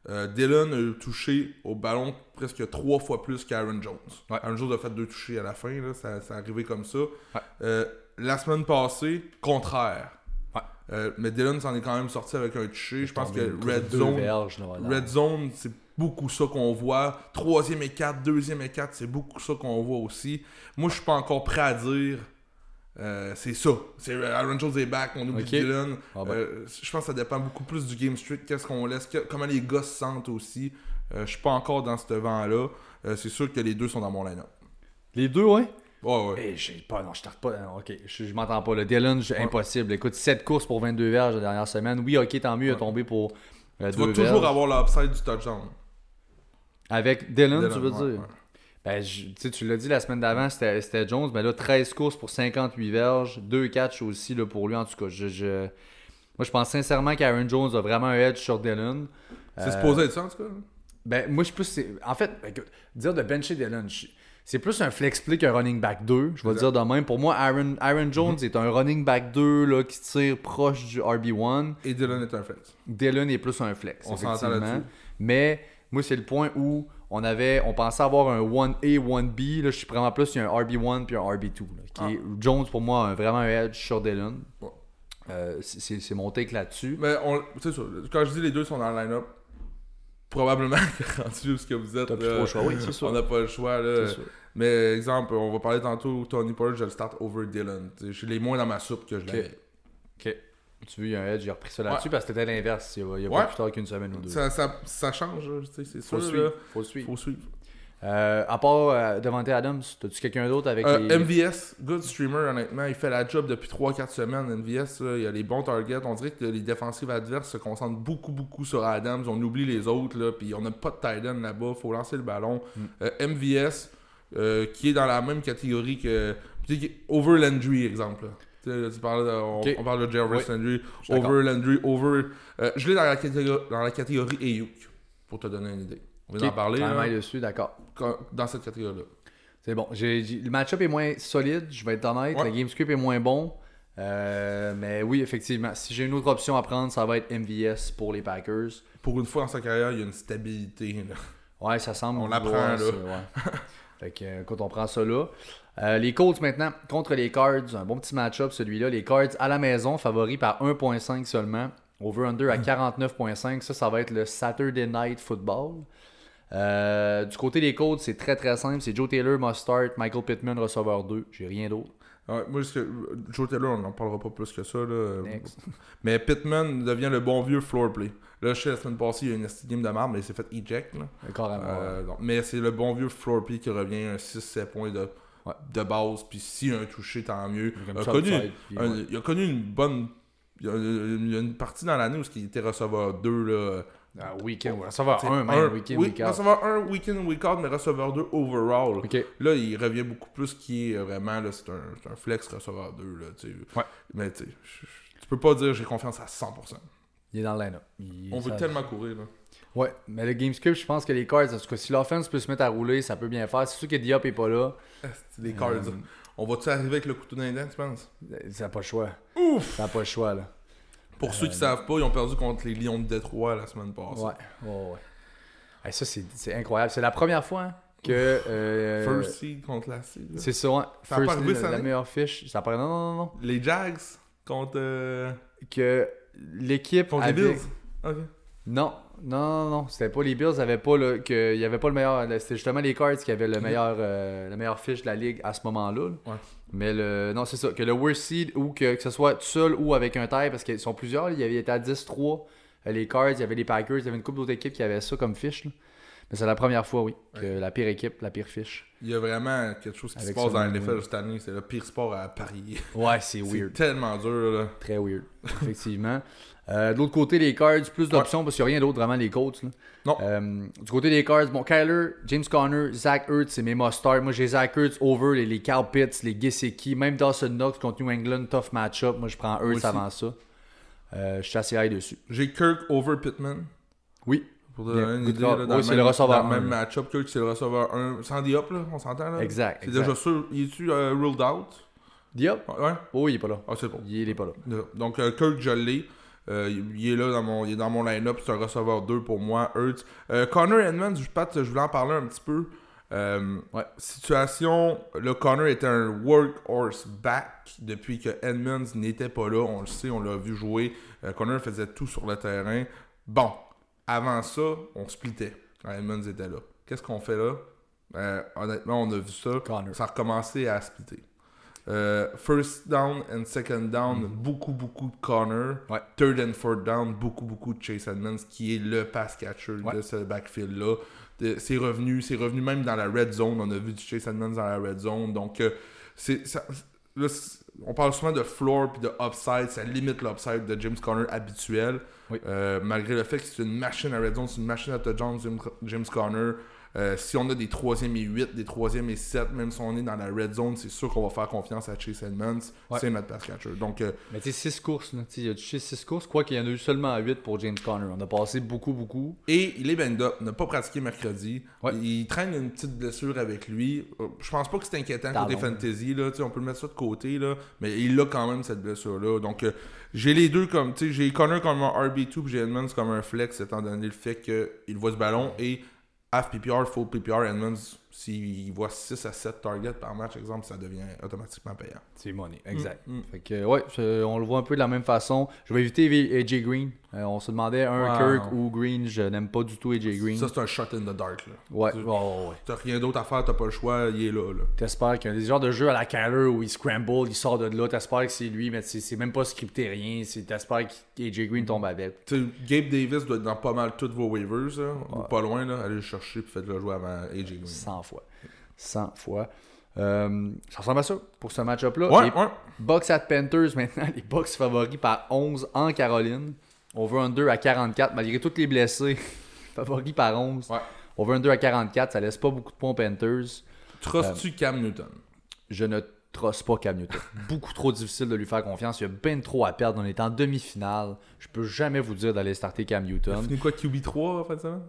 Euh, Dylan a eu touché au ballon presque trois fois plus qu'Aaron Jones.
Ouais.
Aaron Jones a fait deux touchés à la fin, là, ça, ça a arrivé comme ça. Euh, La semaine passée, contraire.
Ouais.
Euh, mais Dylan s'en est quand même sorti avec un touché. Je pense que
Tombé une coupe
Red
de
Zone,
verges, là, voilà.
Red Zone, c'est beaucoup ça qu'on voit. Troisième et quatre, deuxième et quatre, c'est beaucoup ça qu'on voit aussi. Moi, je suis pas encore prêt à dire. euh, c'est ça. C'est euh, Aaron Jones est back, on oublie
Ok.
Dylan.
Ah ben.
Euh, je pense que ça dépend beaucoup plus du game street, qu'est-ce qu'on laisse, que- comment les gars se sentent aussi. Euh, je suis pas encore dans ce vent-là. Euh, c'est sûr que les deux sont dans mon line-up.
Les deux, ouais.
Ouais, ouais.
Eh, j'ai pas, non, je starte pas. non, ok, je, je m'entends pas. Le Dylan, j'ai- impossible. Écoute, 7 courses pour 22 verges la dernière semaine. Oui, ok, tant mieux, il a tombé pour euh,
Tu vas
deux
toujours
verges.
avoir l'upside du touchdown.
Avec Dylan,
Dylan,
tu veux
ouais,
dire
ouais.
Ben, je- tu sais, tu l'as dit la semaine d'avant, c'était c'était Jones. Mais là, 13 courses pour 58 verges, 2 catchs aussi là, pour lui. En tout cas, je, je- moi, je pense sincèrement qu'Aaron Jones a vraiment un edge sur Dylan.
C'est
Euh,
supposé être ça, en tout cas.
Ben, moi, je suis plus. c'est- En fait, ben, écoute, dire de bencher Dylan, je- c'est plus un flex play qu'un running back 2. Je vais le dire de même. Pour moi, Aaron, Aaron Jones
Mhm.
est un running back 2 là, qui tire proche du RB1.
Et Dylan est un flex.
Dylan est plus un flex.
On s'entend
effectivement.
là-dessus.
Mais moi, c'est le point où on avait, on pensait avoir un 1A, 1B. Là, je suis vraiment plus sur un RB1 puis un RB2. là, qui
Ah.
est- Jones, pour moi, a vraiment un edge sur Dylan.
Ouais.
Euh, c'est- c'est c'est mon take là-dessus.
Mais on, c'est ça, quand je dis les deux sont dans le line-up, probablement [laughs] que rendu où ce que vous êtes.
T'as plus
là,
trop le choix, oui, c'est sûr.
On n'a pas le choix. Là.
C'est sûr.
Mais exemple, on va parler tantôt, Tony Pollard, je le start over Dylan. Tu sais, Je l'ai moins dans ma soupe que je
Ok.
l'avais.
Ok. Tu veux, il y a un edge, j'ai repris ça là-dessus parce que c'était l'inverse il y a, il y a
Ouais.
pas plus tard qu'une semaine ou deux.
Ça, ça, ça change, là, tu sais, c'est sûr.
Faut
là.
suivre. Faut suivre.
Faut suivre.
Euh, à part euh, Devante Adams, t'as-tu quelqu'un d'autre avec
Euh,
les.
MVS, good streamer, honnêtement. Il fait la job depuis 3-4 semaines. MVS, là, il a les bons targets. On dirait que les défensives adverses se concentrent beaucoup, beaucoup sur Adams. On oublie les autres, là, puis on n'a pas de tight end là-bas. faut lancer le ballon.
Mm.
Euh, MVS, euh, qui est dans la même catégorie que. tu sais, Over Landry, exemple. là. Tu sais, là, tu parles de- on,
Ok.
on parle de Jarvis
Oui.
Landry.
suis d'accord.
Over Landry, over. euh, je l'ai dans la catégorie, dans la catégorie Ayuk, pour te donner une idée. On vient
Ok,
d'en parler
t'as la
là,
main dessus, d'accord.
quand- dans cette catégorie-là.
C'est bon. J'ai- j'ai- le match-up est moins solide, je vais être honnête.
Ouais.
Le GameScript est moins bon. Euh, mais oui, effectivement, si j'ai une autre option à prendre, ça va être MVS pour les Packers.
Pour une fois dans sa carrière, il y a une stabilité. là.
Ouais, ça semble.
On l'apprend,
vouloir,
là.
ça, ouais. [laughs] fait que euh, quand on prend ça là. Euh, les Colts maintenant contre les Cards, un bon petit match-up celui-là. Les Cards à la maison, favoris par 1.5 seulement. Over-under à
Hmm.
49.5. Ça, ça va être le Saturday Night Football. Euh, du côté des Colts, c'est très très simple. C'est Joe Taylor, Mustard, Michael Pittman, receveur 2. J'ai rien d'autre.
Ouais, moi, ce que- Joe Taylor, on n'en parlera pas plus que ça. Là.
Next.
Mais Pittman devient le bon vieux floor play. Là, je sais, la semaine passée, il y a une esti de game de marde, mais il s'est fait eject. là.
Carrément.
Euh, non. Mais c'est le bon vieux floor play qui revient, un 6-7 points de,
Ouais.
de base. Puis si un touché, tant mieux.
Comme
A
ça,
connu-
upside, puis
un-
ouais.
Il a connu une bonne. Il y a, il y a une partie dans l'année où il était receveur 2. Là,
Ah, week-end, ouais, ça va.
T'sais,
Un, même, week-end,
oui,
week-out.
receveur 1 week-end, week-out, mais receveur 2 overall.
Ok.
Là, il revient beaucoup plus qui est euh, vraiment, là, c'est un, c'est un flex receveur 2. Là, tu sais.
Ouais.
Mais tu sais, je- je- tu peux pas dire j'ai confiance à 100%.
Il est dans le line-up. Il-
On veut
ça-
tellement courir. Là.
Ouais, mais le GameScript, je pense que les cards, en tout cas, si l'offense peut se mettre à rouler, ça peut bien faire. C'est sûr que Diop est pas là.
[laughs] Esti, Les cards. On va-tu arriver avec le couteau dans les dents, tu penses
Ça n'a pas le choix.
Ouf
Ça n'a pas le choix, là.
Pour ceux qui savent pas, ils ont perdu contre les Lions de Détroit la semaine passée.
Euh, Ouais, ouais, ouais. Hey, ça, c'est c'est incroyable. C'est la première fois hein, que. euh,
First seed contre la seed. là.
C'est ça, hein.
Ça a pas
First,
arrivé
la,
cette
la
année?
meilleure fiche. Ça paraît. Non, non, non, non.
Les Jags contre, euh,
Que l'équipe.
contre
avait-
les Bills. Ok.
Non, non, non, non. C'était pas les Bills. Avaient pas le, que, il y avait pas le meilleur. le- C'était justement les Cards qui avaient le meilleur, euh, la meilleure fiche de la ligue à ce moment-là. là.
Ouais.
Mais le, non, c'est ça. Que le worst seed ou que, que ce soit tout seul ou avec un tie, parce qu'ils sont plusieurs. là, Il y avait il était à 10-3. euh, Les Cards, il y avait les Packers, il y avait une couple d'autres équipes qui avaient ça comme fiche. là. Mais c'est la première fois, oui, que la pire équipe, la pire fiche.
Il y a vraiment quelque chose qui
Avec
se passe
ce
dans
même
l'NFL
win.
cette année. C'est le pire sport à parier.
Ouais, c'est
C'est
weird.
tellement dur. Là.
Très weird, effectivement. Euh, de l'autre côté, les Cards, plus d'options parce qu'il n'y a rien d'autre vraiment, les Colts. là.
Non.
Euh, du côté des Cards, bon, Kyler, James Conner, Zach Ertz, c'est mes must-start. Moi, j'ai Zach Ertz over les, les Kyle Pitts, les Gesicki, même Dawson Knox contre New England, tough match-up. Moi, je prends Ertz
aussi.
avant ça. Euh, je suis assez high dessus.
J'ai Kirk over Pittman.
Oui,
Pour te
Bien,
donner une
good
idée,
call.
là,
Oui, c'est le receveur
dans
un,
même
là.
match-up que c'est le receveur 1. Sandy Hop, là, on s'entend là.
exact.
C'est
exact.
déjà sûr. Il est-tu euh, ruled out
Diop
Ouais.
Oh, il est pas là.
Ah, c'est bon.
Il n'est pas là.
Donc, euh, Kirk, je l'ai. Euh, il il est là dans mon, il est dans mon line-up. C'est un receveur 2 pour moi. Hurts. Euh, Connor Edmonds, je, Pat, je voulais en parler un petit peu. Euh,
Ouais.
Situation, le Connor était un workhorse back depuis que Edmonds n'était pas là. On le sait, on l'a vu jouer. Euh, Connor faisait tout sur le terrain. Bon, avant ça, on splittait quand Edmonds était là. Qu'est-ce qu'on fait là? Euh, honnêtement, on a vu ça.
Connor.
Ça a recommencé à splitter. Euh, first down and second down, beaucoup, beaucoup de Connor.
Ouais.
Third and fourth down, beaucoup, beaucoup de Chase Edmonds, qui est le pass catcher de
Ouais.
ce backfield-là. De- C'est revenu, c'est revenu même dans la red zone. On a vu du Chase Edmonds dans la red zone. Donc, euh, c'est, ça- là, c'est- on parle souvent de floor puis de upside. Ça limite l'upside de James Conner habituel.
Oui.
Euh, malgré le fait que c'est une machine à red zone, c'est une machine à touchdown, James, James Conner. Euh, si on a des 3e et 8, des 3e et 7, même si on est dans la red zone, c'est sûr qu'on va faire confiance à Chase Edmonds.
Ouais.
C'est notre pass catcher. Donc, euh,
Mais tu sais, 6 courses, là. Tu sais, il a touché 6 courses, quoi qu'il y en a eu seulement 8 pour James Conner. On a passé beaucoup, beaucoup.
Et il est banged up, n'a pas pratiqué mercredi.
Ouais.
Il traîne une petite blessure avec lui. Euh, Je pense pas que c'est inquiétant
Talon.
côté fantasy, là, tu sais, on peut le mettre ça de côté, là, mais il a quand même cette blessure-là. Donc euh, j'ai les deux comme, tu sais, j'ai Connor comme un RB2 puis j'ai Edmonds comme un flex, étant donné le fait qu'il voit ce ballon et half PPR, full PPR, Edmonds, s'il voit 6 à 7 targets par match, exemple, ça devient automatiquement payant.
C'est money, exact.
Mm, mm.
Fait que, ouais, c'est- on le voit un peu de la même façon. Je vais éviter V- AJ Green. Euh, on se demandait un
Ouais,
Kirk
non.
ou Green. Je n'aime pas du tout AJ Green.
Ça, c'est un shot in the dark, là.
ouais,
tu-
ouais, ouais, ouais.
T'as rien d'autre à faire, t'as pas le choix, il est là, là.
T'espères qu'il y a des genres de jeux à la Kyler où il scramble, il sort de là. T'espères que c'est lui, mais c'est c'est même pas scripté rien. C'est- T'espères qu'AJ Green tombe avec.
Tu sais, Gabe Davis doit être dans pas mal toutes vos waivers, là, ou pas loin, là. allez le chercher puis faites-le jouer avant AJ Green.
100 fois. 100 fois. Euh, ça ressemble à ça pour ce match-up-là.
Ouais,
Les
ouais.
Bucks at Panthers [laughs] maintenant, les Bucks favoris par 11 en Caroline. On veut un 2 à 44, malgré toutes les blessés. [laughs] favoris par 11.
Ouais.
On veut un 2 à 44, ça laisse pas beaucoup de points aux Panthers. Euh,
Trosses-tu Cam Newton?
Je ne trosse pas Cam
[laughs]
Newton. beaucoup trop difficile de lui faire confiance. Il y a ben trop à perdre. On est en demi-finale. Je peux jamais vous dire d'aller starter Cam Euh,
T'as
Newton.
fini quoi, QB3 en fait, ça?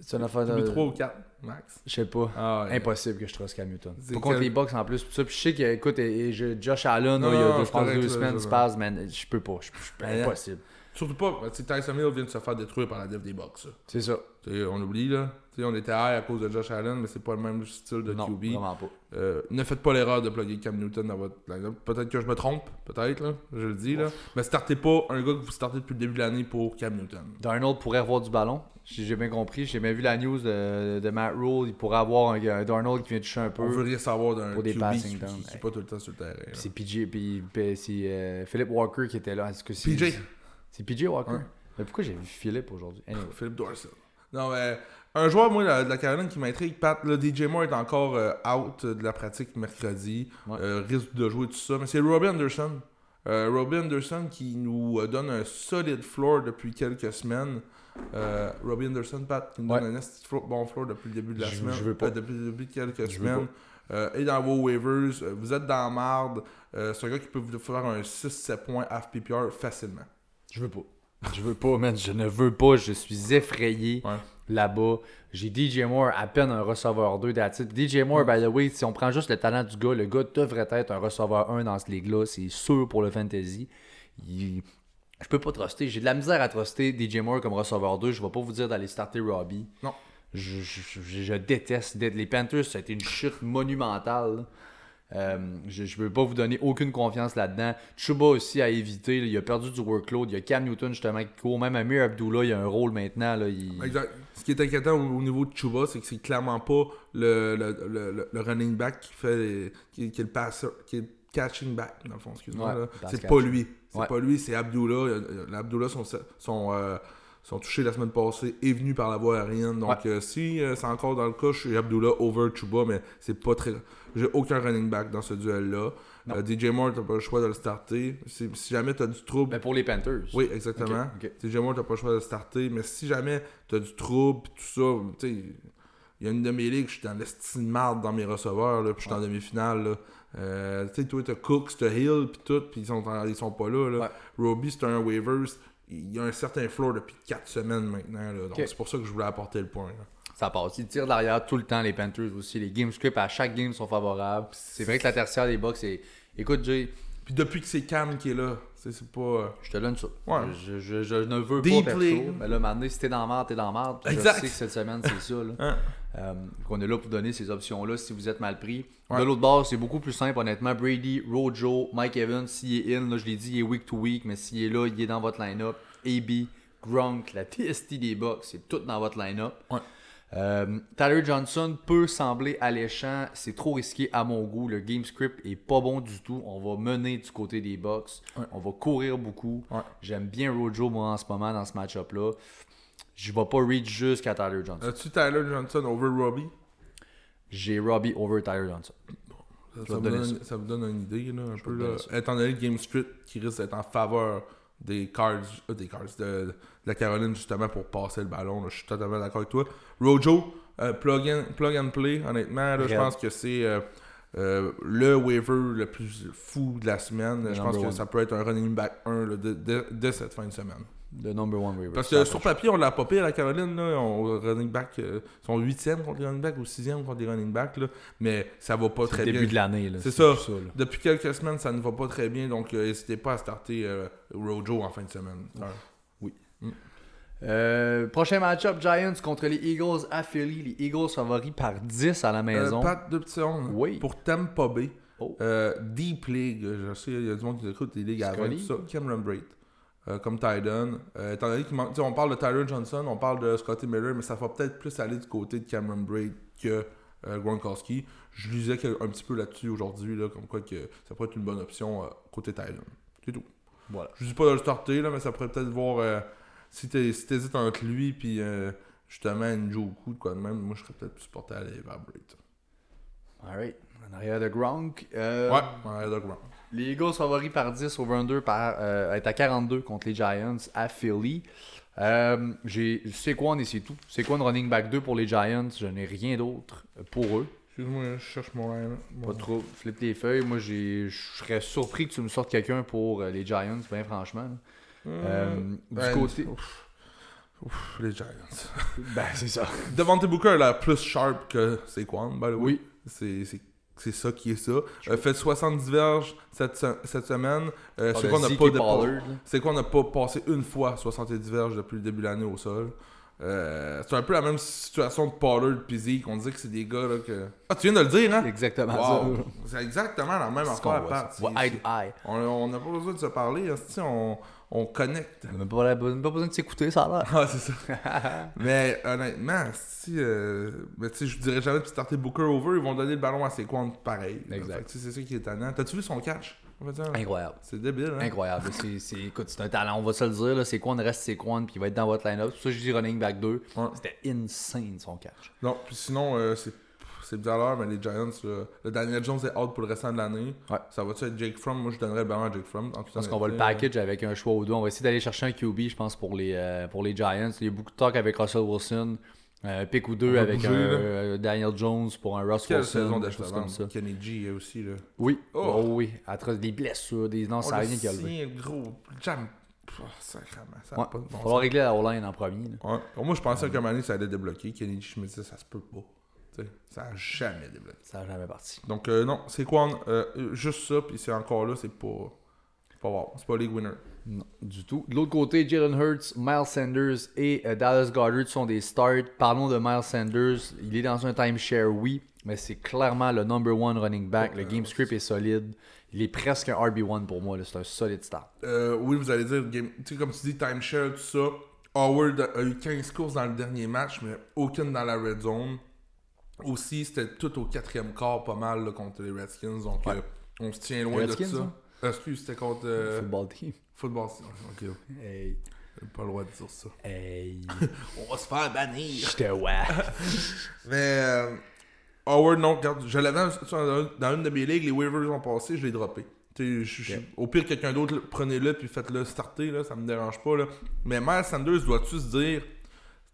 C'est une affaire de-
QB3 ou 4, max?
Je sais pas.
Ah, ouais.
Impossible que je trosse Cam Newton.
C'est
Pas contre
quel-
les Bucks en plus. Tout ça. Puis je sais que, écoute, et- et je- Josh Allen,
Non,
là, il y
non,
a deux, je
c'est
pense
correct,
deux
ça,
semaines,
ça,
se passe, man. Je peux pas. Je, je-
Ouais.
impossible.
Surtout pas, tu sais, Tyson Hill vient de se faire détruire par la dev des box.
C'est ça.
On oublie, là. Tu sais, on était high à cause de Josh Allen, mais c'est pas le même style de
non,
QB.
vraiment pas.
Euh, ne faites pas l'erreur de plugger Cam Newton dans votre lineup. Peut-être que je me trompe, peut-être, là, je le dis, là. Mais startez pas un gars que vous startez depuis le début de l'année pour Cam Newton.
Darnold pourrait avoir du ballon. J'ai j'ai bien compris. J'ai bien vu la news de, de Matt Rule. Il pourrait avoir un, un Darnold qui vient toucher un
On veut
peu.
rien savoir d'un
Pour des
QB
passing
qui, qui-
downs,
qui
hey.
est pas tout le temps sur le terrain. là.
Puis C'est PJ. Puis puis c'est euh, Philip Walker qui était là. Est-ce que c'est-
PJ.
C'est PJ Walker.
Ouais.
Mais pourquoi j'ai vu Philip aujourd'hui Anyway.
Philip Dorsey. Non, mais un joueur, moi, la- de la Caroline qui m'intrigue, Pat, le DJ Moore est encore euh, out de la pratique mercredi,
Ouais.
euh, risque de jouer tout ça, mais c'est Robbie Anderson. Euh, Robbie Anderson qui nous euh, donne un solide floor depuis quelques semaines. Euh, Robbie Anderson, Pat, qui nous
Ouais.
donne un esti de floor- bon floor depuis le début de la
Je-
semaine.
je veux pas.
Euh, depuis le début de quelques
Je veux
semaines. Euh, et dans vos waivers, euh, vous êtes dans la marde. Euh, c'est un gars qui peut vous faire un 6-7 points FPPR facilement.
Je veux pas. Je veux pas, man. Je ne veux pas. Je suis effrayé
Ouais.
là-bas. J'ai DJ Moore, à peine un receveur 2 d'attitude. DJ Moore, by the way, si on prend juste le talent du gars, le gars devrait être un receveur 1 dans ce ligue-là. C'est sûr pour le fantasy. Il- Je peux pas truster. J'ai de la misère à truster DJ Moore comme receveur 2. Je vais pas vous dire d'aller starter Robbie.
Non.
Je, je- je- je déteste. d'être- Les Panthers, ça a été une chute monumentale. Euh, je ne veux pas vous donner aucune confiance là-dedans. Chuba aussi à éviter. là, il a perdu du workload. Il y a Cam Newton justement qui court. Même Amir Abdullah, il a un rôle maintenant. Là, il-
Exact. Ce qui est inquiétant au, au niveau de Chuba, c'est que c'est clairement pas le, le, le- le- le running back qui fait les- qui, qui est le passeur, qui est le catching back, dans le fond, excuse-moi.
Ouais,
là.
pass
c'est pas
catcher.
lui. C'est
Ouais.
pas lui, c'est Abdullah. Euh, euh, Abdullah, son, son, euh, son touché la semaine passée est venu par la voie aérienne. Donc euh, si euh, c'est encore dans le cas, je suis Abdullah over Chuba, mais c'est pas très. J'ai aucun running back dans ce duel-là.
Non.
Euh, DJ Moore, t'as pas le choix de le starter. Si, si jamais t'as du trouble,
Ben, pour les Panthers.
oui, exactement.
Ok, ok.
Si jamais t'as pas le choix de starter, mais si jamais t'as du trouble pis tout ça, tu sais, il y a une de mes ligues, je suis dans l'estime de marde dans mes receveurs, là, puis je suis en demi-finale. là. Euh, tu sais, toi, t'as Cooks, t'as Hill, puis tout, puis ils sont, en- ils sont pas là. là.
Ouais.
Roby, c'est un waivers. Il y a un certain floor depuis 4 semaines maintenant. là. donc,
Ok.
c'est pour ça que je voulais apporter le point. là.
Ça passe. Ils tirent de l'arrière tout le temps, les Panthers aussi. Les game scripts à chaque game sont favorables. C'est vrai que la tertiaire des Bucks est. Écoute, Jay,
Puis depuis que c'est Cam qui est là, C'est c'est pas. euh,
Je te donne ça.
Ouais.
Je, je- je ne veux
Deeply.
pas perso, mais là, maintenant, si t'es dans la merde, t'es dans la merde. Puis Je
Exact.
sais que cette semaine, c'est ça. Là.
[laughs] Hein?
Euh, qu'on est là pour donner ces options-là si vous êtes mal pris.
Ouais.
De l'autre bord, c'est beaucoup plus simple, honnêtement. Brady, Rojo, Mike Evans, s'il est in, là, je l'ai dit, il est week to week, mais s'il est là, il est dans votre line-up. AB, Gronk, la TST des Bucks, c'est tout dans votre line-up.
Ouais.
Euh, Tyler Johnson peut sembler alléchant, c'est trop risqué à mon goût. Le game script est pas bon du tout. On va mener du côté des Bucks,
Ouais.
on va courir beaucoup.
Ouais.
J'aime bien Rojo moi en ce moment dans ce match-up-là. Je vais pas reach jusqu'à Tyler Johnson.
As-tu Tyler Johnson over Robbie
J'ai Robbie over Tyler Johnson.
ça,
Je vais te
ça me
donner
donne, ça me donne une idée, là, un peu.
te donner
Là. Étant donné le game script qui risque d'être en faveur des Cards, euh, des Cards de, de la Caroline, justement, pour passer le ballon, là, je suis totalement d'accord avec toi. Rojo, euh, plug, and, plug and play, honnêtement, là, je
Red.
pense que c'est euh, euh, le waiver le plus fou de la semaine.
Le
Je pense
number
que
one.
ça peut être un running back 1 là, de, de- de cette fin de semaine.
The number one waiver.
Parce que sur papier, on l'a pas pire à la Caroline, là, on running back, euh, ils sont huitième contre les running backs ou sixième contre les running backs, là, mais ça va pas
le
très bien.
début de l'année. là,
C'est ça.
tout là.
Depuis quelques semaines, ça ne va pas très bien, donc euh, n'hésitez pas à starter euh, Rojo en fin de semaine.
Euh, prochain match-up, Giants contre les Eagles à Philly. Les Eagles favoris par 10 à la maison.
Euh, Pat, deux petites secondes.
Oui.
Pour Tampa Bay,
Oh.
euh, Deep League, je sais, il y a du monde qui écoute des ligues avant tout
Scully.
ça. Cameron Braid, euh, comme Tyden. Euh, étant donné qu'il manque- tu sais, on parle de Tyler Johnson, on parle de Scotty Miller, mais ça va peut-être plus aller du côté de Cameron Braid que euh, Gronkowski. Je lisais que- un petit peu là-dessus aujourd'hui, là, comme quoi que ça pourrait être une bonne option euh, côté Tyden. C'est tout.
Voilà.
Je dis pas de le starter, là, mais ça pourrait peut-être voir euh, si t'es- si t'hésites entre lui puis euh, justement Njoku de quoi de même. Moi, je serais peut-être plus porté à aller vers Braid.
Alright. En arrière de Gronk. Euh,
Ouais, on a l'air de comprendre.
Les Eagles favoris par 10 over 22 par, euh, est à 42 contre les Giants à Philly. Euh, j'ai- c'est quoi on c'est tout. C'est quoi une running back 2 pour les Giants? Je n'ai rien d'autre pour eux.
Excuse-moi, je cherche mon line. Bon.
Pas trop. Flippe les feuilles. Moi, j'ai- je serais surpris que tu me sortes quelqu'un pour euh, les Giants, bien franchement. là. Euh,
Euh,
du
ouais,
côté.
Ouf. Ouf, les Giants.
[laughs] Ben, c'est ça.
[laughs] Devante Booker a l'air plus sharp que Saquon, by the way.
Oui.
C'est, c'est, c'est ça qui est ça. Euh, fait 70 verges cette, se- cette semaine. Euh,
Ah,
c'est
ben,
qu'on n'a
Zeke
pas
et
de
Pollard, là.
C'est qu'on n'a pas passé une fois 70 verges depuis le début de l'année au sol. Euh, c'est un peu la même situation de Pollard et Zeke. On dirait que c'est des gars là, que. Ah, tu viens de le dire, hein?
Exactement
Wow.
ça.
C'est exactement la même
C'est ce qu'on
affaire.
voit,
Pat.
ça. Ouais, eye to eye.
On- On n'a pas besoin de se parler, esti, on, on connecte.
[laughs] On n'a pas, même pas besoin de s'écouter, ça a l'air.
Ah, c'est ça. mais honnêtement, si. euh, mais tu sais, je dirais jamais de starter Booker over, ils vont donner le ballon à Saquon pareil.
Exact.
Fait que, tu sais, C'est ça qui est étonnant. T'as-tu vu son catch en fait, hein?
Incroyable.
C'est débile, hein?
Incroyable. C'est, c'est- écoute, c'est un talent, on va se le dire. Là. C'est quoi, on reste c'est quoi, puis il va être dans votre line-up. C'est pour ça que je dis running back 2.
Ouais.
C'était insane son catch.
Non, puis sinon, euh, c'est. C'est bizarre à l'heure, mais les Giants, là, le Daniel Jones est out pour le restant de l'année.
Ouais.
Ça va-tu être Jake Fromm? Moi, je donnerais le ballon à Jake Fromm. en toute
Je pense qu'on va le
honnêteté.
package avec un choix ou deux. On va essayer d'aller chercher un QB, je pense, pour les, euh, pour les Giants. Il y a beaucoup de talk avec Russell Wilson. Un pick ou
On
deux
va
avec
bouger,
un
là.
euh, Daniel Jones pour un Russ
Quelle
Wilson.
saison
des choses
d'achat
comme ça.
Kenny G euh, aussi, là.
Oui.
Oh.
Oh. oui. Atroce, des blessures, des. Non,
On
ça n'a
l'a
rien qui a levé.
signé, gros. Jam. Oh, sacrément. Ça a
Ouais.
pas de bon
Faut régler la O-line en premier. là.
Ouais. Pour moi, je pensais qu'à un moment donné, ça allait débloquer. Kenichi, je me disais, ça se peut pas. Tu sais, ça a jamais débloqué.
Ça n'a jamais parti.
Donc, euh, non, c'est quoi euh, euh, Juste ça, puis c'est encore là, c'est pas. C'est pas wow. C'est pas League Winner.
Non, du tout. De l'autre côté, Jalen Hurts, Miles Sanders et euh, Dallas Goddard sont des starts. Parlons de Miles Sanders. Il est dans un timeshare, oui, mais c'est clairement le number one running back. Le game script est solide. Il est presque un RB1 pour moi. là. C'est un solide start.
Euh, oui, vous allez dire, game- tu sais, comme tu dis, timeshare, tout ça. Howard a eu 15 courses dans le dernier match, mais aucune dans la red zone. Aussi, c'était tout au quatrième quart, pas mal là, contre les Redskins. Donc,
Ouais.
euh, on se tient loin de
Redskins, hein?
ça. Excuse, c'était contre euh,
Football team.
Football Team. Ok,
Hey.
pas le droit de dire ça.
Hey.
On va se faire
[laughs]
bannir.
Je te wack.
Mais euh, Howard, non, regarde, je l'avais dans, sur- dans une de mes ligues, les waivers ont passé, je l'ai droppé. Tu sais, je- je-
Ok.
Au pire, quelqu'un d'autre, le- prenez-le puis faites-le starter, là, ça me dérange pas. Là. Mais Miles Sanders, dois-tu se dire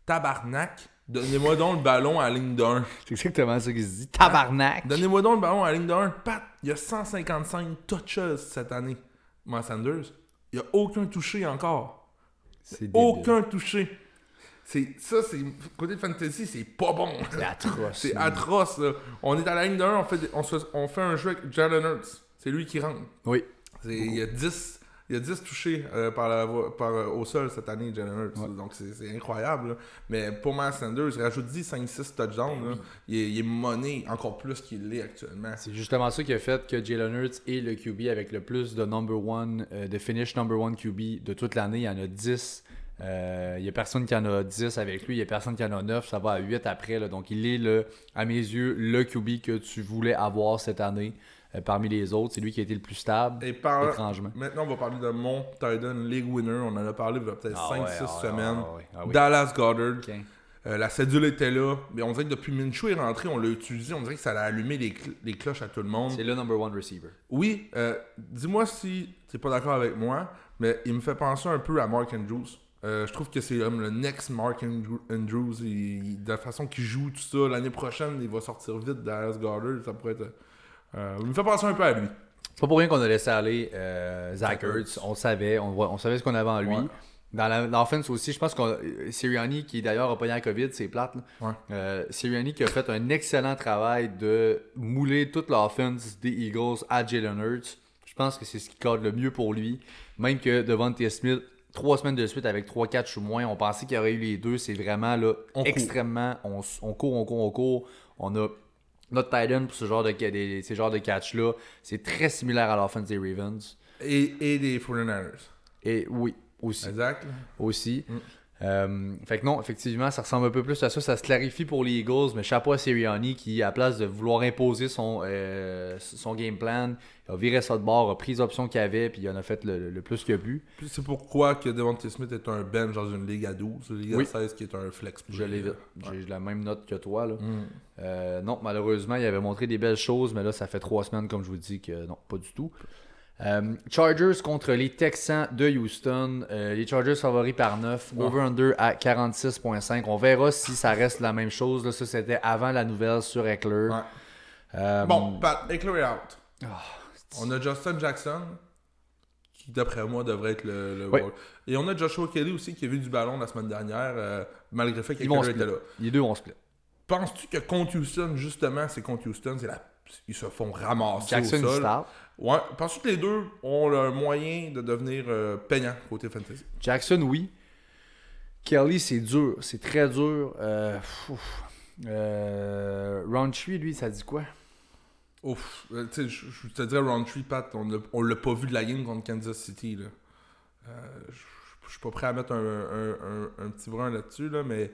tabarnak, donnez-moi donc le ballon à la ligne d'un.
C'est exactement ça qu'il se dit. Tabarnak.
Donnez-moi donc le ballon à la ligne d'un. Pat, il y a 155 touches cette année. Miles Sanders, il n'y a aucun touché encore.
C'est débile.
Aucun touché. C'est, ça, c'est côté fantasy, c'est pas bon.
C'est atroce.
C'est
là.
atroce, là. On est à la ligne de 1, on fait, des- on, se- on fait un jeu avec Jalen Hurts. C'est lui qui rentre.
Oui.
C'est- Il y a 10, Il a 10 touchés euh, par la voie- par, euh, au sol cette année, Jalen Hurts. Donc, c'est c'est incroyable. là. Mais pour Miles Sanders, il rajoute 10, 5, 6 touchdowns.
Ben
là. il, est, il est monné encore plus qu'il l'est actuellement.
C'est justement ça qui a fait que Jalen Hurts est le QB avec le plus de number one, euh, de finish number one QB de toute l'année. Il y en a 10. Euh, Il n'y a personne qui en a 10 avec lui. Il n'y a personne qui en a 9. Ça va à 8 après. là. Donc, il est, le, à mes yeux, le QB que tu voulais avoir cette année euh, parmi les autres. C'est lui qui a été le plus stable,
Et par...
étrangement.
Maintenant, on va parler de mon Titan League Winner. On en a parlé il y a peut-être
Ah
5-6
ouais, ah ouais,
semaines.
ah ouais, ah oui.
Dallas Goddard.
Ok.
Euh, la cédule était là. Mais on dirait que depuis Minshew est rentré, on l'a utilisé. On dirait que ça a allumé les, cl- les cloches à tout le monde.
C'est le number one receiver.
Oui, euh, dis-moi si t'es pas d'accord avec moi, mais il me fait penser un peu à Mark Andrews. Euh, je trouve que c'est comme le next Mark Andrew- Andrews. Il- il- de la façon qu'il joue, tout ça, l'année prochaine, il va sortir vite Dallas Goddard. Ça pourrait être. euh, il me fait penser un peu à lui.
C'est pas pour rien qu'on a laissé aller euh, Zach
Zach Ertz.
Ertz. On savait, on, voit- on savait ce qu'on avait en lui.
Ouais.
Dans la- l'offense aussi, je pense qu'on euh, Sirianni, qui d'ailleurs a pogné la COVID, c'est plate. là.
Ouais.
Euh, Sirianni qui a fait un excellent travail de mouler toute l'offense des Eagles à Jalen Hurts. Je pense que c'est ce qui cadre le mieux pour lui. Même que Devontae Smith, trois semaines de suite avec 3 catchs ou moins, on pensait qu'il y aurait eu les deux. C'est vraiment là,
On court.
extrêmement. On, s- on court, on court, on court. On a notre tight end pour ce genre de, ca- des- ces genres de catch-là. C'est très similaire à l'offense des Ravens.
Et, et des 49ers.
Et oui, aussi.
Exact.
aussi. Euh, fait que non, effectivement, ça ressemble un peu plus à ça. Ça se clarifie pour les Eagles, mais chapeau à Sirianni qui, à place de vouloir imposer son, euh, son game plan, a viré ça de bord, a pris les options qu'il avait, puis il en a fait le, le plus qu'il a pu.
Puis C'est pourquoi que Devontae Smith est un bench dans une ligue à 12, une ligue
Oui.
à 16 qui est un flex.
Je l'ai vite. J'ai la même note que toi. Là.
Mm.
Euh, non, malheureusement, il avait montré des belles choses, mais là, ça fait trois semaines, comme je vous dis, que non, pas du tout. Euh, Chargers contre les Texans de Houston. Euh, les Chargers favoris par 9. Over-under à 46.5. On verra si ça reste la même chose. Là, ça, c'était avant la nouvelle sur Eckler.
Ouais.
Euh,
Bon, Pat, éclairé out.
Ah,
on a Justin Jackson, qui d'après moi devrait être le. le
Oui.
rôle. Et on a Joshua Kelly aussi qui a vu du ballon la semaine dernière, euh, malgré le fait
Ils vont
qu'Eckler était
split.
là.
Les deux, on split.
Penses-tu que contre Houston, justement, c'est contre Houston, c'est la... ils se font ramasser
Jackson
au
qui
sol?
start.
Ouais. Penses-tu que les deux ont le moyen de devenir euh, payants côté fantasy?
Jackson, oui. Kelly, c'est dur. C'est très dur. Euh, pff, ouf. Euh, Roundtree, lui, ça dit quoi?
Ouf, euh, tu sais, je je te dirais Roundtree, Pat, on l'a- on l'a pas vu de la game contre Kansas City, là. Euh, je- je je suis pas prêt à mettre un, un- un- un petit brin là-dessus, là, mais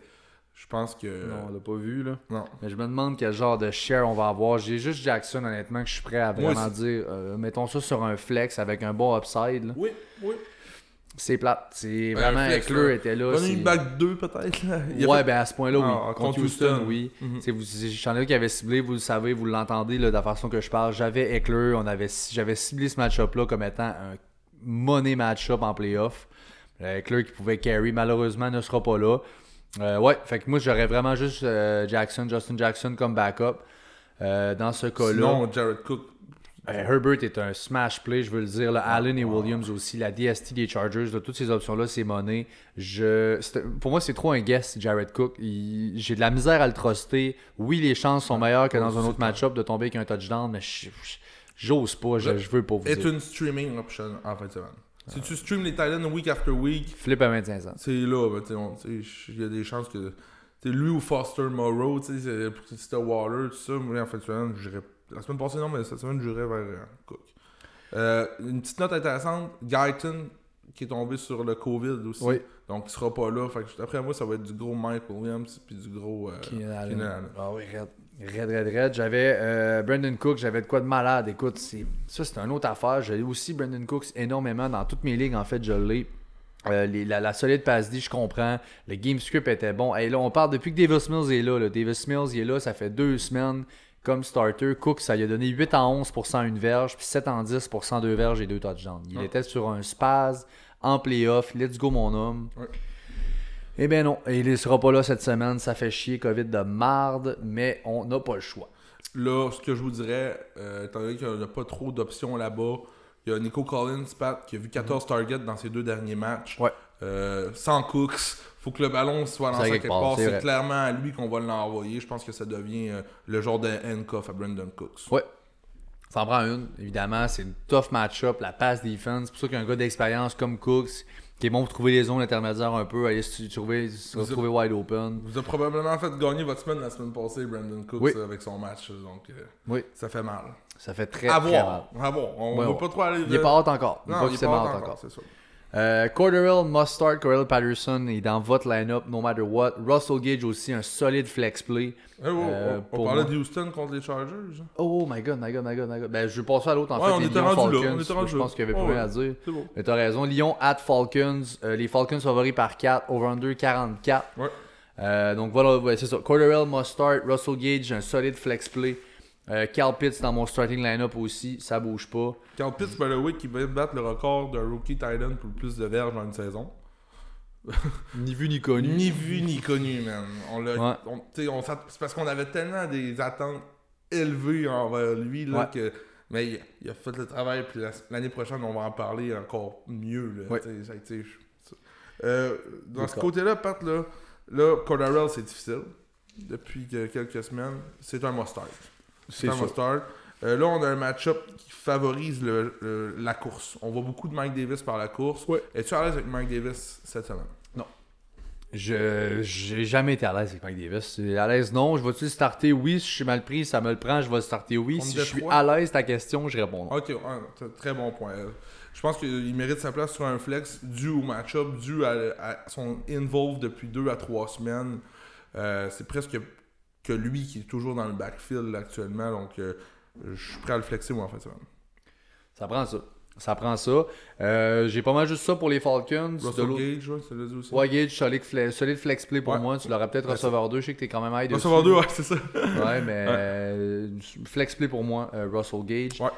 je pense que... euh,
Non, on l'a pas vu, là.
non.
Mais je me demande quel genre de share on va avoir. J'ai juste Jackson, honnêtement, que je suis prêt à
Moi
vraiment
aussi.
dire. euh, mettons ça sur un flex avec un bon upside. là.
Oui, oui.
C'est plate. C'est
Ben, Un
vraiment
flex,
Eckler
là.
était là.
On a
c'est-
une bague 2 peut-être. là. [laughs] Il a
Ouais,
fait-
ben à ce point-là, oui.
Ah,
contre, Houston, oui.
Mhm.
C'est vous- c'est- J'en ai un qui avait ciblé, vous le savez, vous l'entendez là, de la façon que je parle. J'avais Eckler, on avait, ci- j'avais ciblé ce match-up-là comme étant un money match-up en playoff. Euh, Eckler qui pouvait carry, malheureusement, ne sera pas là. Euh, ouais, fait que moi, j'aurais vraiment juste euh, Jackson, Justin Jackson comme backup. Euh, dans ce cas-là.
Sinon, Jared Cook.
Euh, Herbert est un smash play, je veux le dire.
Ah,
là. Allen et Williams aussi. La DST des Chargers, là, toutes ces options-là, c'est monnaie. Je... c'est- Pour moi, c'est trop un guess, Jared Cook. Il- J'ai de la misère à le truster. Oui, les chances
Ah,
sont meilleures que dans un autre match-up de tomber avec un touchdown, mais je- je- j'ose pas, je, je veux pas vous
Est
dire.
une streaming option en fin de semaine. Si tu streams les Titans week after week,
Flip à 25 ans.
c'est là, ben, tu sais, on- tu sais, il y a des chances que. tu sais, lui ou Foster Morrow, tu sais, c'est- pour- si t'as Waller, tout ça, moi en fin de semaine, j'irais. La semaine passée, non, mais cette semaine, j'irais vers euh, Cook. Euh, une petite note intéressante, Guyton qui est tombé sur le COVID aussi.
Oui.
Donc il sera pas là. Fait que après moi, ça va être du gros Mike Williams puis du gros euh,
Keenan Allen.
Keenan Allen.
Ah oui, red, red, red, red. J'avais euh, Brandon Cook, j'avais de quoi de malade. Écoute, c'est- ça c'est une autre affaire. J'ai aussi Brandon Cooks énormément dans toutes mes ligues. En fait, je l'ai. Euh, les- la, la solide passe D, je comprends. Le game script était bon. Et là, on parle depuis que Davis Mills est là. là. Davis Mills, il est là, ça fait deux semaines comme starter. Cook, ça lui a donné 8 en 11 une verge, puis 7 en 10 deux verges et deux touchdowns. Il
Ouais.
était sur un spaz en playoff. Let's go, mon homme. Eh bien non, il ne sera pas là cette semaine, ça fait chier, COVID de marde, mais on n'a pas le choix.
Là, ce que je vous dirais, euh, étant donné qu'il n'y a pas trop d'options là-bas, il y a Nico Collins, Pat, qui a vu 14 targets dans ses deux derniers matchs.
Ouais.
Euh, sans Cooks, faut que le ballon soit lancé à quelque part.
c'est
C'est
vrai.
clairement à lui qu'on va l'envoyer. Je pense que ça devient euh, le genre de handcuff à Brandon Cooks.
Ouais. Ça en prend une, évidemment. C'est une tough match-up, la passe defense. C'est pour ça qu'un gars d'expérience comme Cooks, qui est bon pour trouver les zones intermédiaires un peu, aller se trouver, se
Vous-
retrouver wide open.
Vous a probablement fait gagner votre semaine la semaine passée, Brandon Cooks,
Oui.
euh, avec son match. euh, Donc, euh,
Oui,
ça fait mal.
ça fait très,
À
très mal.
voir. À voir. On
Ouais,
ne
ouais.
veut pas trop aller.
Il est
de-
pas hâte encore. Il est
Non,
pas
il est
officiellement
pas
hot
hot
encore.
encore, c'est sûr.
Euh, Corderell, Mustard, Corell Patterson est dans votre line-up no matter what. Russell Gage aussi, un solide flex play.
Eh, oh,
Euh,
on- on
pour
parlait
moi.
de Houston contre les Chargers. hein.
Oh my god, my god, my god, my god. Ben, je vais passer à l'autre en
Ouais,
fait.
on
les
était
Lions
rendu là,
Falcons,
on était rendu
Je pense
là.
qu'il n'y avait
Ouais,
plus rien
ouais.
à dire.
C'est bon.
Mais t'as raison. Lyon at Falcons. Euh, les Falcons favoris par 4. Over-under 44.
Ouais.
Euh, donc voilà, ouais, c'est ça. Corderell, Mustard, Russell Gage, un solide flex play. Euh, Cal Pitts dans mon starting lineup aussi. Ça bouge pas.
Carl Pitts, by the way, qui va battre le record d'un rookie Titan pour le plus de verges en une saison.
Ni vu ni connu.
Ni vu ni connu, man. On l'a-
Ouais.
on- tu sais, on s'att- c'est parce qu'on avait tellement des attentes élevées envers lui là,
Ouais.
que. Mais il, il a fait le travail, puis la- l'année prochaine, on va en parler encore mieux. Là,
Ouais.
tu sais, ça, tu sais, je- Euh, dans ce
D'accord.
côté-là, Pat, là, là Cordarrelle, c'est difficile. Depuis que- quelques semaines, c'est un mustard.
C'est
Sam
ça.
Mustard. Euh, là, on a un match-up qui favorise le- le- la course. On voit beaucoup de Mike Davis par la course.
Ouais.
Es-tu à l'aise avec Mike Davis cette semaine?
Je j'ai jamais été à l'aise avec Mike Davis. C'est À l'aise, non. Je vais-tu le starter? Oui. Si je suis mal pris, ça me le prend. Je vais le starter. Oui.
Contre
Si je suis
Détroit?
à l'aise, ta question, je réponds non.
Ok, ouais, t- très bon point. Euh, Je pense qu'il mérite sa place sur un flex dû au match-up, dû à, à son involve depuis deux à trois semaines. Euh, C'est presque que lui qui est toujours dans le backfield actuellement. Donc, euh, je suis prêt à le flexer moi en fin de semaine.
Ça prend ça. Ça prend ça. Euh, j'ai pas mal juste ça pour les Falcons. De
Russell
l'autre-
Gage, ouais, ça l'a dit aussi.
Ouais, Gage, solide, fle- solide flex play pour
Ouais.
moi. Tu l'aurais peut-être
Ouais,
receveur 2. Je sais que t'es quand même high dessus.
Russell Gage, ouais, c'est ça.
Ouais, mais euh, flex play pour moi, euh, Russell Gage.
Ouais.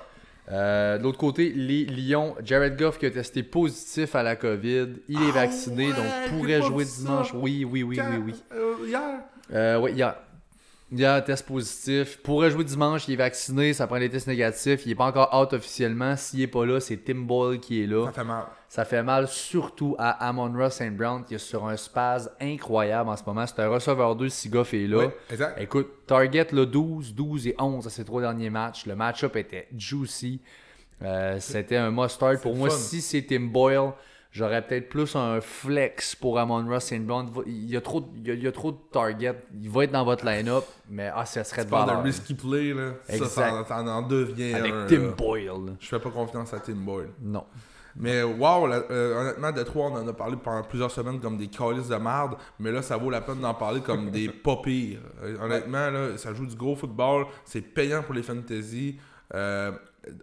Euh, de l'autre côté, les Lions, Jared Goff qui a testé positif à la COVID. Il est
Ah
vacciné,
ouais,
donc
j'ai
pourrait
pas
jouer
vu ça.
dimanche. Oui, oui, oui, oui, oui.
Euh, hier,
Euh, oui, hier. Hier, test positif. Pourrait jouer dimanche, il est vacciné, ça prend les tests négatifs. Il n'est pas encore out officiellement. S'il n'est pas là, c'est Tim Boyle qui est là.
ça fait mal.
Ça fait mal surtout à Amon Ross St. Brown qui est sur un spaz incroyable en ce moment. C'est un receveur 2 si Goff est là.
Ouais, exact.
Écoute, Target le 12, 12 et 11 à ces trois derniers matchs. Le match-up était juicy. Euh, c'était un must-start. Pour
le
moi,
fun.
si c'est Tim Boyle, j'aurais peut-être plus un flex pour Amon Ross St. Brown. Il y, a trop, de- il, y a, il y a trop de Target. Il va être dans votre line-up, mais ah, ça serait de
Pas de
valeur.
risky play, là.
Exact.
Ça, ça en- ça en devient
Avec
un,
Tim
là.
Boyle.
Je fais pas confiance à Tim Boyle.
Non.
Mais wow, la- euh, honnêtement, de trois, on en a parlé pendant plusieurs semaines comme des calices de merde, mais là, ça vaut la peine d'en parler
[laughs]
comme des pas pires. Euh, Honnêtement, là, ça joue du gros football, c'est payant pour les fantasy. Euh,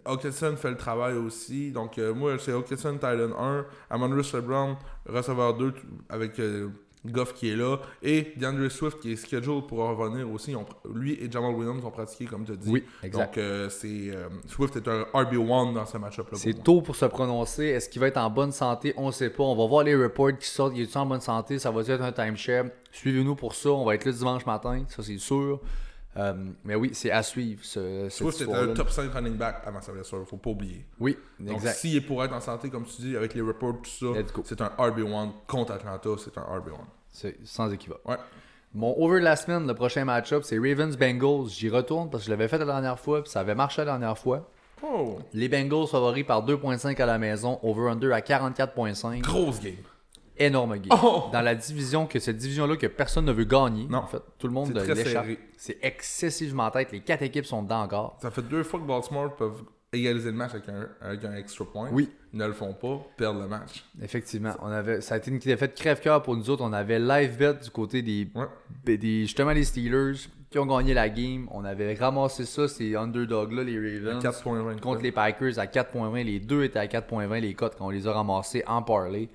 Hawkinson fait le travail aussi. Donc, euh, moi, c'est Hawkinson, Tylen 1, Amon Russell Brown, receveur 2 t- avec euh, Goff qui est là, et DeAndre Swift qui est scheduled pour revenir aussi. On pr- lui et Jamal Williams ont pratiqué, comme tu as dit.
Oui, exact.
Donc, euh, c'est, euh, Swift est un RB1 dans ce match-up-là. pour
C'est
moi.
tôt pour se prononcer. Est-ce qu'il va être en bonne santé? On sait pas. On va voir les reports qui sortent. Il est en bonne santé? Ça va être un timeshare? Suivez-nous pour ça. On va être là dimanche matin. Ça, c'est sûr. Euh, mais oui, c'est à suivre. Ce, cette
Swift c'était
histoire-là.
un top 5 running back avant sa blessure, faut pas oublier.
Oui,
Donc
exact.
s'il est pour être en santé, comme tu dis, avec les reports, tout ça,
Let's go.
c'est un RB1 contre Atlanta, c'est un RB1.
C'est sans équivoque.
Ouais.
Mon over de la semaine, le prochain match-up, c'est Ravens-Bengals. J'y retourne parce que je l'avais fait la dernière fois puis ça avait marché la dernière fois.
Oh!
Les Bengals favoris par 2.5 à la maison, over-under à 44.5.
Grosse game.
énorme game.
Oh!
Dans la division que cette division-là que personne ne veut gagner.
Non.
En fait, tout le monde
C'est très
l'échappe.
serré.
C'est excessivement tête. Les quatre équipes sont dedans encore.
Ça fait deux fois que Baltimore peuvent égaliser le match avec un, avec un extra point.
Oui.
Ils ne le font pas, perdent le match.
Effectivement, on avait, ça a été une défaite crève-cœur pour nous autres. On avait live bet du côté des,
Ouais.
des justement les Steelers qui ont gagné la game. On avait ramassé ça, ces underdogs-là, les Ravens.
4.20.
Contre les Packers à 4.20, les deux étaient à 4.20 les cotes quand on les a ramassés en parlay.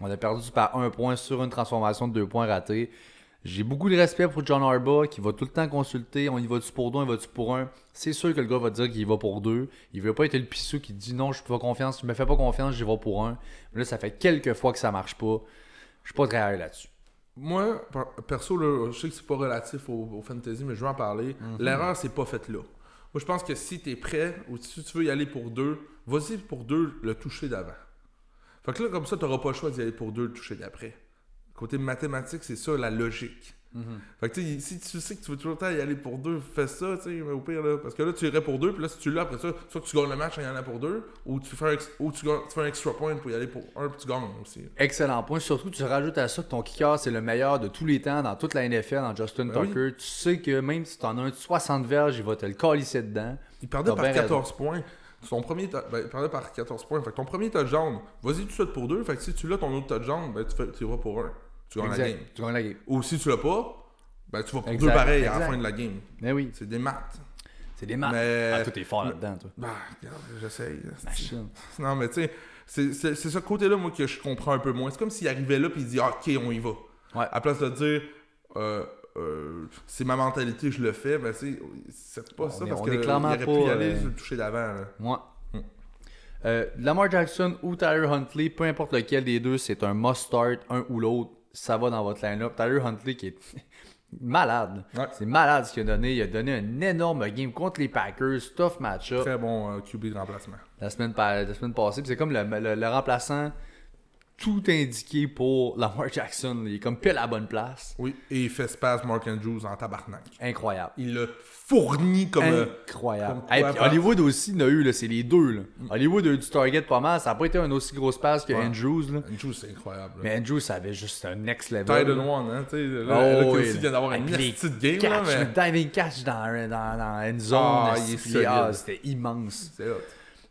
On a perdu par un point sur une transformation de deux points ratée. J'ai beaucoup de respect pour John Harbaugh qui va tout le temps consulter. On y va-tu pour deux, on y va-tu pour un. C'est sûr que le gars va dire qu'il y va pour deux. Il veut pas être le pissou qui dit non, je ne confiance, je me fais pas confiance, j'y vais pour un. Mais là, ça fait quelques fois que ça marche pas. Je suis pas très à l'aise là-dessus.
Moi, per- perso, là, je sais que c'est pas relatif au, au fantasy, mais je veux en parler. L'erreur, c'est pas faite là. Moi, je pense que si t'es prêt ou si tu veux y aller pour deux, vas-y pour deux, le toucher d'avant. Fait que là, comme ça, t'auras pas le choix d'y aller pour deux, le toucher d'après. Côté mathématique, c'est ça la logique. Fait que tu sais, si tu sais que tu veux toujours le temps y aller pour deux, fais ça, tu sais, au pire, là. Parce que là, tu irais pour deux, puis là, si tu l'as après ça, soit que tu gagnes le match en y allant pour deux, ou tu fais un, ex- ou tu, gagnes- tu fais un extra point pour y aller pour un, puis tu gagnes aussi.
Excellent point. Surtout, tu rajoutes à ça que ton kicker, c'est le meilleur de tous les temps dans toute la NFL, dans Justin
Ben oui.
Tucker. Tu sais que même si t'en as un de 60 verges, il va te le calisser dedans.
Il perdait
T'as
par
bien
14 points. Son premier ta- ben, il perdait par 14 points. Fait que ton premier touchdown, vas-y tout de suite pour deux. Fait que si tu l'as ton autre touchdown, ben, tu, fais, tu y vas pour un. Tu gagnes la
Exact.
game.
Tu gagnes la game.
Ou si tu l'as pas, ben, tu vas pour
Exact,
deux pareils à la
exact.
fin de la game.
Mais Ben oui,
C'est des maths.
c'est des matchs.
Mais-
Ah, tout est fort là-dedans, toi.
Bah, regarde, j'essaye.
Chine.
[laughs] Non, mais tu sais, c'est- c'est c'est ce côté-là, moi, que je comprends un peu moins. C'est comme s'il arrivait là puis il dit Ah, OK, on y va.
Ouais.
À place de dire euh, euh, C'est ma mentalité, je le fais. Ben, tu sais, c'est pas ça
est-
parce
on
que
est
il
clairement
aurait pu
pas,
y aller
euh,
sur le toucher d'avant. là.
Moi.
Hmm.
Euh, Lamar Jackson ou Tyler Huntley, peu importe lequel des deux, c'est un must-start, un ou l'autre, ça va dans votre line-up. Tyler Huntley qui est [laughs] malade.
Ouais.
C'est malade ce qu'il a donné. Il a donné un énorme game contre les Packers, tough match-up.
Très bon euh, QB de remplacement.
la semaine, pa- la semaine passée. Puis c'est comme le, le- le remplaçant tout indiqué pour Lamar Jackson. Il est comme pile à la bonne place.
Oui, et il fait space Mark Andrews en tabarnak.
Incroyable.
Il le fournit comme. euh,
Incroyable. Mm.
comme
Hey,
quoi
puis
pas.
Hollywood aussi n'a eu, là, c'est les deux. là. Hollywood a eu du target pas mal. Ça n'a pas été un aussi gros passe que
Ouais.
Andrews. là.
Andrews, c'est incroyable. là.
Mais Andrews, ça avait juste un next level.
Titan
là.
One, hein, tu sais. Là,
Oh,
là, Kelsey
oui, là.
vient d'avoir une
Avec les
petite game, là,
Catch,
mais.
le diving catch dans, dans, dans end zone.
Ah, il est
puis les- ah,
solide.
C'était immense.
C'est hot.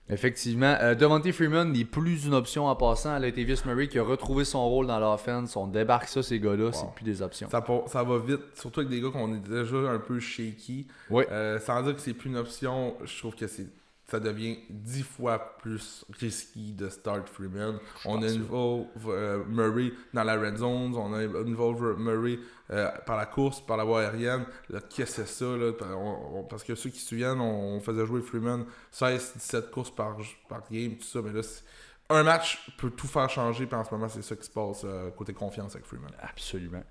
Effectivement. Euh, Devante Freeman n'est plus une option en passant. Elle a été Vice Murray qui a retrouvé son rôle dans l'offense. On débarque ça, ces gars-là. C'est plus des options.
Ça, pa- ça va vite, surtout avec des gars qu'on est déjà un peu shaky.
Oui.
Euh, sans dire que c'est plus une option, je trouve que c'est ça devient dix fois plus risqué de start Freeman. On involve euh, Murray dans la red zone, on involve Murray euh, par la course, par la voie aérienne. Là, Qu'est-ce que c'est ça? Là? On- on- parce que ceux qui se souviennent, on, on faisait jouer Freeman 16-17 courses par, par game, tout ça, mais là, c'est- un match peut tout faire changer, puis en ce moment, c'est ça qui se passe euh, côté confiance avec Freeman.
Absolument.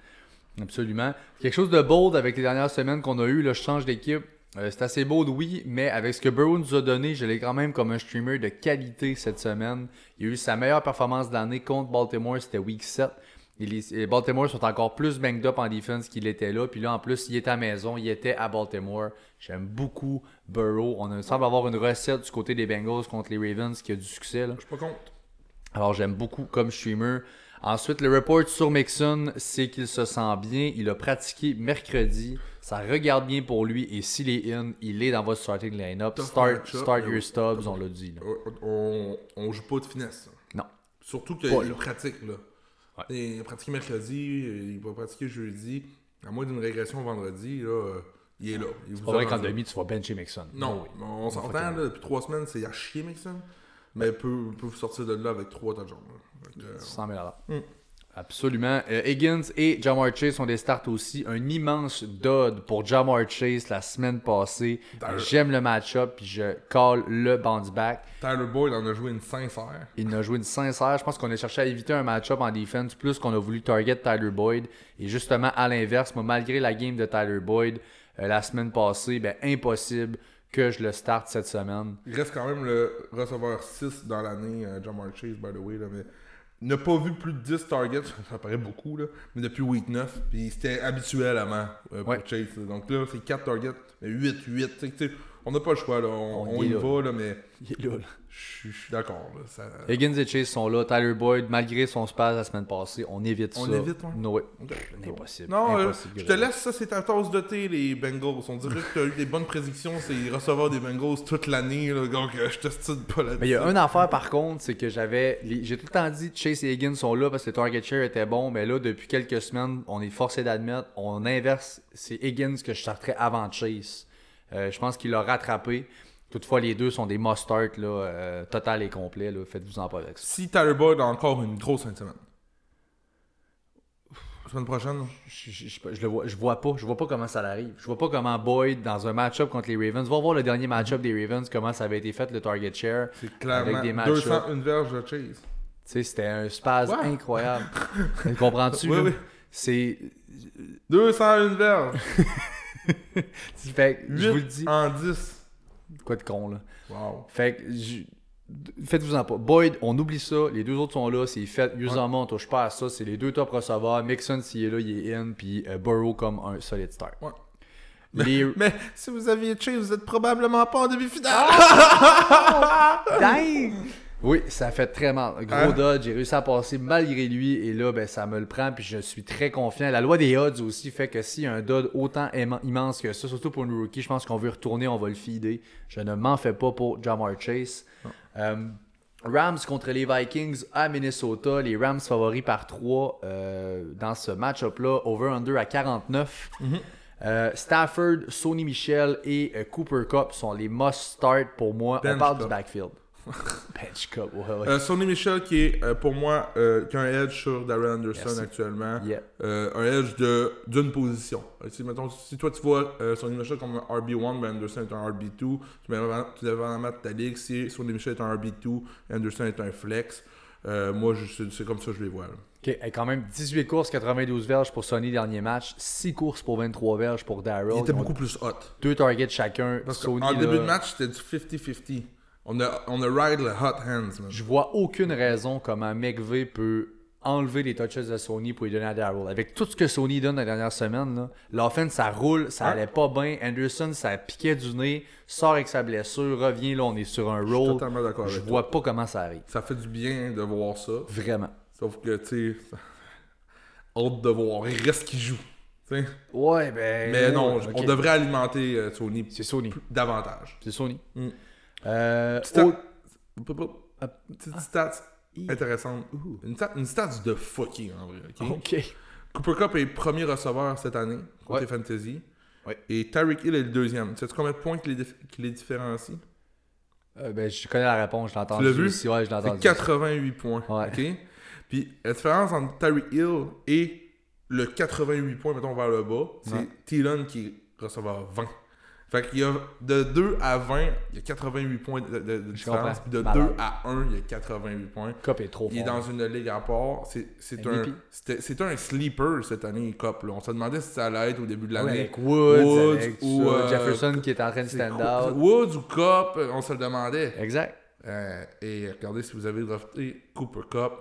Absolument. Quelque chose de bold avec les dernières semaines qu'on a eues, là, je change d'équipe. Euh, c'est assez bold, oui, mais avec ce que Burrow nous a donné, je l'ai quand même comme un streamer de qualité cette semaine. Il a eu sa meilleure performance de l'année contre Baltimore, c'était week 7. Et les, et Baltimore sont encore plus banged up en defense qu'il était là. Puis là, en plus, il est à la maison, il était à Baltimore. J'aime beaucoup Burrow. On a- semble avoir une recette du côté des Bengals contre les Ravens qui a du succès. là.
Je suis pas contre.
Alors, j'aime beaucoup comme streamer. Ensuite, le report sur Mixon, c'est qu'il se sent bien. Il a pratiqué mercredi. Ça regarde bien pour lui. Et s'il est in, il est dans votre starting lineup.
Tough
Start,
matchup,
start
mais
your
oui.
stubs, on l'a dit. là.
on, on- on joue pas de finesse. là.
Non.
Surtout
Pas
qu'il
là.
pratique. Là.
Ouais.
Et Il a pratiqué mercredi, euh, il va pratiquer jeudi. À moins d'une régression vendredi, là, euh, il est là. Il vous
Pas
a
vrai qu'en
rendu-
demi, tu vas bencher Mixon.
Non,
Oui.
on s'entend. là, Depuis trois semaines, c'est à chier, Mixon. Mais il peut, peut vous sortir de là avec trois tas de jambes. là. Fait que, euh,
100 000
Mm.
Absolument. Euh, Higgins et Jamar Chase ont des starts aussi. Un immense dod pour Jamar Chase la semaine passée.
D'ailleurs.
J'aime le match-up. puis Je call le bounce back.
Tyler Boyd en a joué une sincère.
Il n'a joué une sincère. Je pense qu'on a cherché à éviter un match-up en defense plus qu'on a voulu target Tyler Boyd. Et justement, à l'inverse, moi, malgré la game de Tyler Boyd euh, la semaine passée, ben, impossible que je le starte cette semaine.
Il reste quand même le receveur 6 dans l'année, euh, Jamar Chase, by the way. Là, mais n'a pas vu plus de 10 targets, [laughs] ça paraît beaucoup, là, mais depuis week 9, puis c'était habituel avant euh, pour
Ouais.
Chase. là. Donc là, c'est 4 targets, mais 8, 8. tu sais, tu sais, on n'a pas le choix, là, on,
On
on
y
y
est là.
va, là, mais
Il est là,
je suis- je suis d'accord. là, ça-
Higgins et Chase sont là. Tyler Boyd, malgré son space la semaine passée, on évite
On
ça.
évite, ouais.
No way.
Ok.
Impossible.
Non, euh,
Impossible que
je te
j'aille.
laisse ça, c'est ta tasse de thé, les Bengals. On dirait que tu as eu des bonnes prédictions, c'est les receveurs des Bengals toute l'année, là, donc euh, je te style pas là-dessus.
Mais il y a une affaire par contre, c'est que j'avais. les- J'ai tout le temps dit Chase et Higgins sont là parce que le target share était bon, mais là, depuis quelques semaines, on est forcé d'admettre, on inverse. C'est Higgins que je sortirais avant Chase. Euh, je pense qu'il l'a rattrapé. Toutefois, les deux sont des must-start, là, euh, total et complet. là. Faites-vous-en pas avec ça.
Si Tyler Boyd a encore une grosse fin de semaine. La semaine prochaine, là.
Je, je- je- je le vois, je vois pas. Je vois pas comment ça arrive. Je vois pas comment Boyd, dans un match-up contre les Ravens, va voir le dernier match-up des Ravens, comment ça avait été fait, le target share. Tu
c'est clairement
Avec des matchs,
200 une verge de Chase.
sais, c'était un spasme
Ouais.
[laughs] incroyable. Comprends-tu?
Oui,
là?
oui.
C'est
201 verge,
Fait que, [laughs] je vous le dis.
8 en 10.
Quoi de con, là.
Wow.
Fait que, je- Faites-vous en pas. Boyd, on oublie ça. Les deux autres sont là, c'est fait. Usamont, on touche pas à ça. C'est les deux top receveurs. Mixon, s'il est là, il est in. Puis euh, Burrow comme un solid start.
Ouais.
Les...
Mais si vous aviez Chase, vous êtes probablement pas en demi-finale.
Ah! Dang! Oui, ça fait très mal. Gros
Hein?
dodge, j'ai réussi à passer malgré lui et là, ben, ça me le prend puis je suis très confiant. La loi des odds aussi fait que si un dodge autant aima- immense que ça, surtout pour une rookie, je pense qu'on veut retourner, on va le feeder. Je ne m'en fais pas pour Jamar Chase.
Ah.
Euh, Rams contre les Vikings à Minnesota. Les Rams favoris par 3 dans ce match-up-là. Over-under à 49.
Mhm.
Euh, Stafford, Sony Michel et euh, Cooper Cup sont les must-start pour moi. On
Bench
parle du
Cup.
backfield. Bench Cup, ouais, ouais.
Euh, Sonny Michel qui est euh, pour moi euh, qui a un edge sur Darren Anderson
Merci.
actuellement.
Yeah.
Euh, un edge de- d'une position. Euh, si, mettons, si toi tu vois euh, Sonny Michel comme un RB1, ben Anderson est un RB2. Tu mets vraiment- tu devais vraiment ta ligue. Si Sonny Michel est un RB2, Anderson est un flex. Euh, moi, je- c'est- c'est comme ça que je les vois. là.
Ok, hey, quand même 18 courses, 92 verges pour Sonny dernier match, 6 courses pour 23 verges pour Daryl.
Il était
Ils ont
beaucoup plus hot.
Deux targets chacun.
Parce
Sony, euh,
qu'en
là,
début de match, c'était du 50-50. On a, on a ride le hot hands. man.
je vois aucune raison comment McVay peut enlever les touches de Sony pour les donner à Daryl. Avec tout ce que Sony donne la dernière semaine, là, l'offense, ça roule, ça
Hein?
allait pas bien. Anderson, ça piquait du nez, sort avec sa blessure, revient, là, on est sur un
Je suis
roll.
totalement d'accord
Je
avec toi.
vois pas comment ça arrive.
Ça fait du bien de voir ça.
Vraiment.
Sauf que, tu sais, [laughs] hâte de voir. Il reste qu'il joue. tu sais.
Ouais, ben.
Mais
ouais,
non,
ok.
on devrait alimenter euh, Sony
C'est Sony.
davantage.
C'est Sony.
Mm.
Euh,
Stat-
au-
Pou- pou-
Ah.
Petite stat intéressante. Une stat, une stat de fucking en vrai. ok?
Ok.
Cooper Cup est premier receveur cette année côté
Ouais.
fantasy.
Ouais.
Et Tyreek Hill est le deuxième. Sais-tu combien de points qui les, dif- qui les différencie
Euh, ben, je connais la réponse, je l'ai entendu.
l'as vu?
aussi, ouais, je l'ai
C'est
entendu.
88 points.
Ouais.
ok? Puis la différence entre Tyreek Hill et le 88 points, mettons, vers le bas, c'est
Ouais.
Thielen qui est receveur 20. Fait qu'il y a de 2 à 20, il y a 88 points de, de- de
Je
différence.
comprends.
Puis de
Malade.
2 à 1, il y a 88 points.
Cop est trop
Il est
fort.
dans une ligue à part. C'est- C'est un,
MVP.
c'était- c'est un sleeper cette année, Cop. là. On se demandait si ça allait être au début de
Ouais,
l'année.
avec Woods,
Woods
avec
ou,
ça,
euh,
Jefferson qui est en train de
C'est
stand
quoi-
out.
Woods ou Cop, on se le demandait.
Exact.
Euh, et regardez, si vous avez drafté Cooper Cup,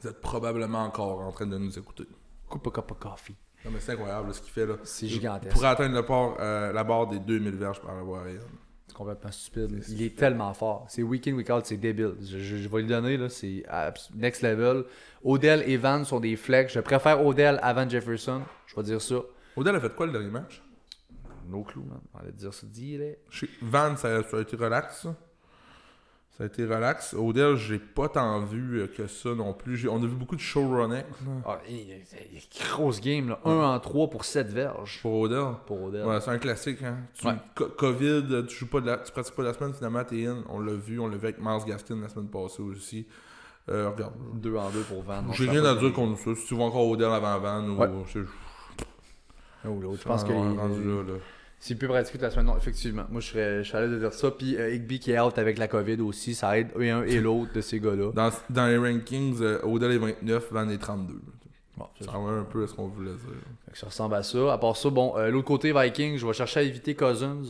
vous êtes probablement encore en train de nous écouter.
Coupe cup of coffee.
Non, mais c'est incroyable là, ce qu'il fait là.
C'est
Il
gigantesque.
pourrait atteindre le port, euh, la barre des 2000 verges par la voie aérienne.
C'est complètement stupide. Il est tellement fort. C'est week-in, week-out, c'est débile. Je, je- je vais le donner, là. C'est abs- next level. Odell et Van sont des flex. Je préfère Odell avant Jefferson. Je vais dire ça.
Odell a fait quoi le dernier match
No clue, man. On va dire ça direct.
Chez Van, ça, ça a été relax. ça. Ça a été relax. Odell, j'ai pas tant vu euh, que ça non plus. J'ai- On a vu beaucoup de showrunning
Ah, il, il- il- grosse game, là. 1 en 3 pour 7 verges
pour Odell.
pour Odell.
Ouais, c'est un classique. Hein. Tu,
Ouais.
co- COVID, euh, tu, joues pas de la, tu pratiques pas de la semaine, finalement, t'es in. On l'a vu, on l'a vu avec Mars Gaskin la semaine passée aussi. Euh, regarde,
2 en 2 pour Van.
J'ai rien à dire contre ça. Si tu vois encore Odell avant Van ou.
Ouais.
c'est-
Oh, l'autre. Je pense
Ah,
que
on est
il-
rendu là, là.
C'est plus pratique de la semaine. Non, effectivement. Moi, je serais, je serais à l'aise de dire ça. Puis euh, Higby qui est out avec la COVID aussi, ça aide et un et l'autre de ces gars-là.
Dans, dans les rankings, euh, Odell est 29, Van est 32.
Bon, c'est
Ça
ça.
revient un peu à ce qu'on voulait dire.
Fait que ça ressemble à ça. À part ça, bon, euh, l'autre côté, Vikings, je vais chercher à éviter Cousins.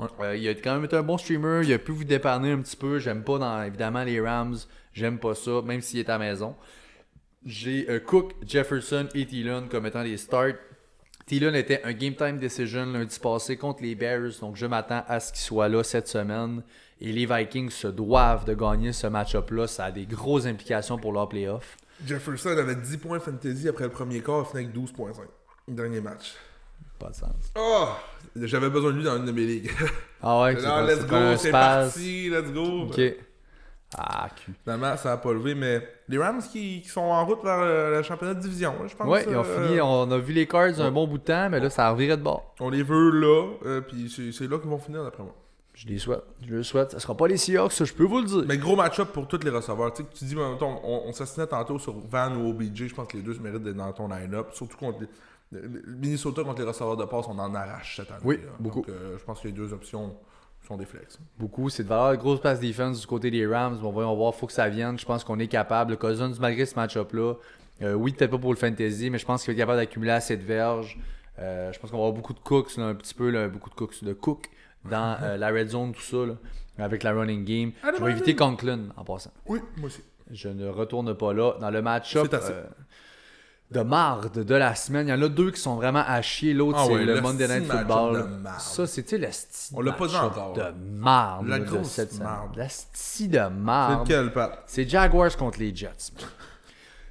Ouais.
Euh, il a quand même été un bon streamer. Il a pu vous dépanner un petit peu. J'aime pas, dans, évidemment, les Rams. J'aime pas ça, même s'il est à la maison. J'ai euh, Cook, Jefferson et Thielen comme étant les starts. Thielen était un game time decision lundi passé contre les Bears, donc je m'attends à ce qu'il soit là cette semaine. Et les Vikings se doivent de gagner ce match-up-là. Ça a des grosses implications pour leur playoff.
Jefferson avait 10 points fantasy après le premier quart, il finit avec 12.5. Dernier match.
Pas de sens.
Oh J'avais besoin de lui dans une de
[laughs]
mes ligues.
Ah ouais,
Là,
c'est
let's
pas un
go, c'est
spaz.
parti, let's go.
Ok. Ah, cul.
Finalement, ça n'a pas levé, mais les Rams qui, qui sont en route vers le, le championnat de division, là, je pense.
Ouais, ils ont
euh,
fini, on a vu les cards un bon bout de temps, mais là, ça a reviré de bord.
On les veut là, euh, puis c'est c'est là qu'ils vont finir, d'après moi.
Je les souhaite. Je le souhaite. Ça sera pas les Seahawks, ça, je peux vous le dire.
Mais gros match-up pour tous les receveurs. Tu sais, que tu dis, mettons, on, on s'assinait tantôt sur Van ou OBJ. Je pense que les deux se méritent d'être dans ton line-up. Surtout contre les- le- le Minnesota contre les receveurs de passe, on en arrache cette année.
Oui,
là.
beaucoup.
Donc, euh, je pense que les deux options sont des flex.
Beaucoup, c'est de valeur. Grosse passe defense du côté des Rams. Bon, voyons voir, faut que ça vienne. Je pense qu'on est capable. Le Cousins, malgré ce match-up-là, euh, oui, peut-être pas pour le fantasy, mais je pense qu'il est capable d'accumuler assez de verges. Euh, je pense qu'on va avoir beaucoup de cooks, là, un petit peu, là, beaucoup de cooks, de cook dans euh, la red zone, tout ça. là. avec la running game.
Allez,
je vais
allez.
éviter Conklin en passant.
Oui, moi aussi.
Je ne retourne pas là. Dans le match-up
C'est assez.
euh, de marde de la semaine, il y en a deux qui sont vraiment à chier. L'autre,
Ah
c'est
ouais,
le
le
Monday Night
sti match-up de
Football.
marde.
Ça, c'était le sti
On l'a pas dit
match-up
encore.
de marde
La
de
grosse
cette semaine.
marde.
La sti de
C'est
marde.
lequel, Pat?
C'est Jaguars contre les Jets.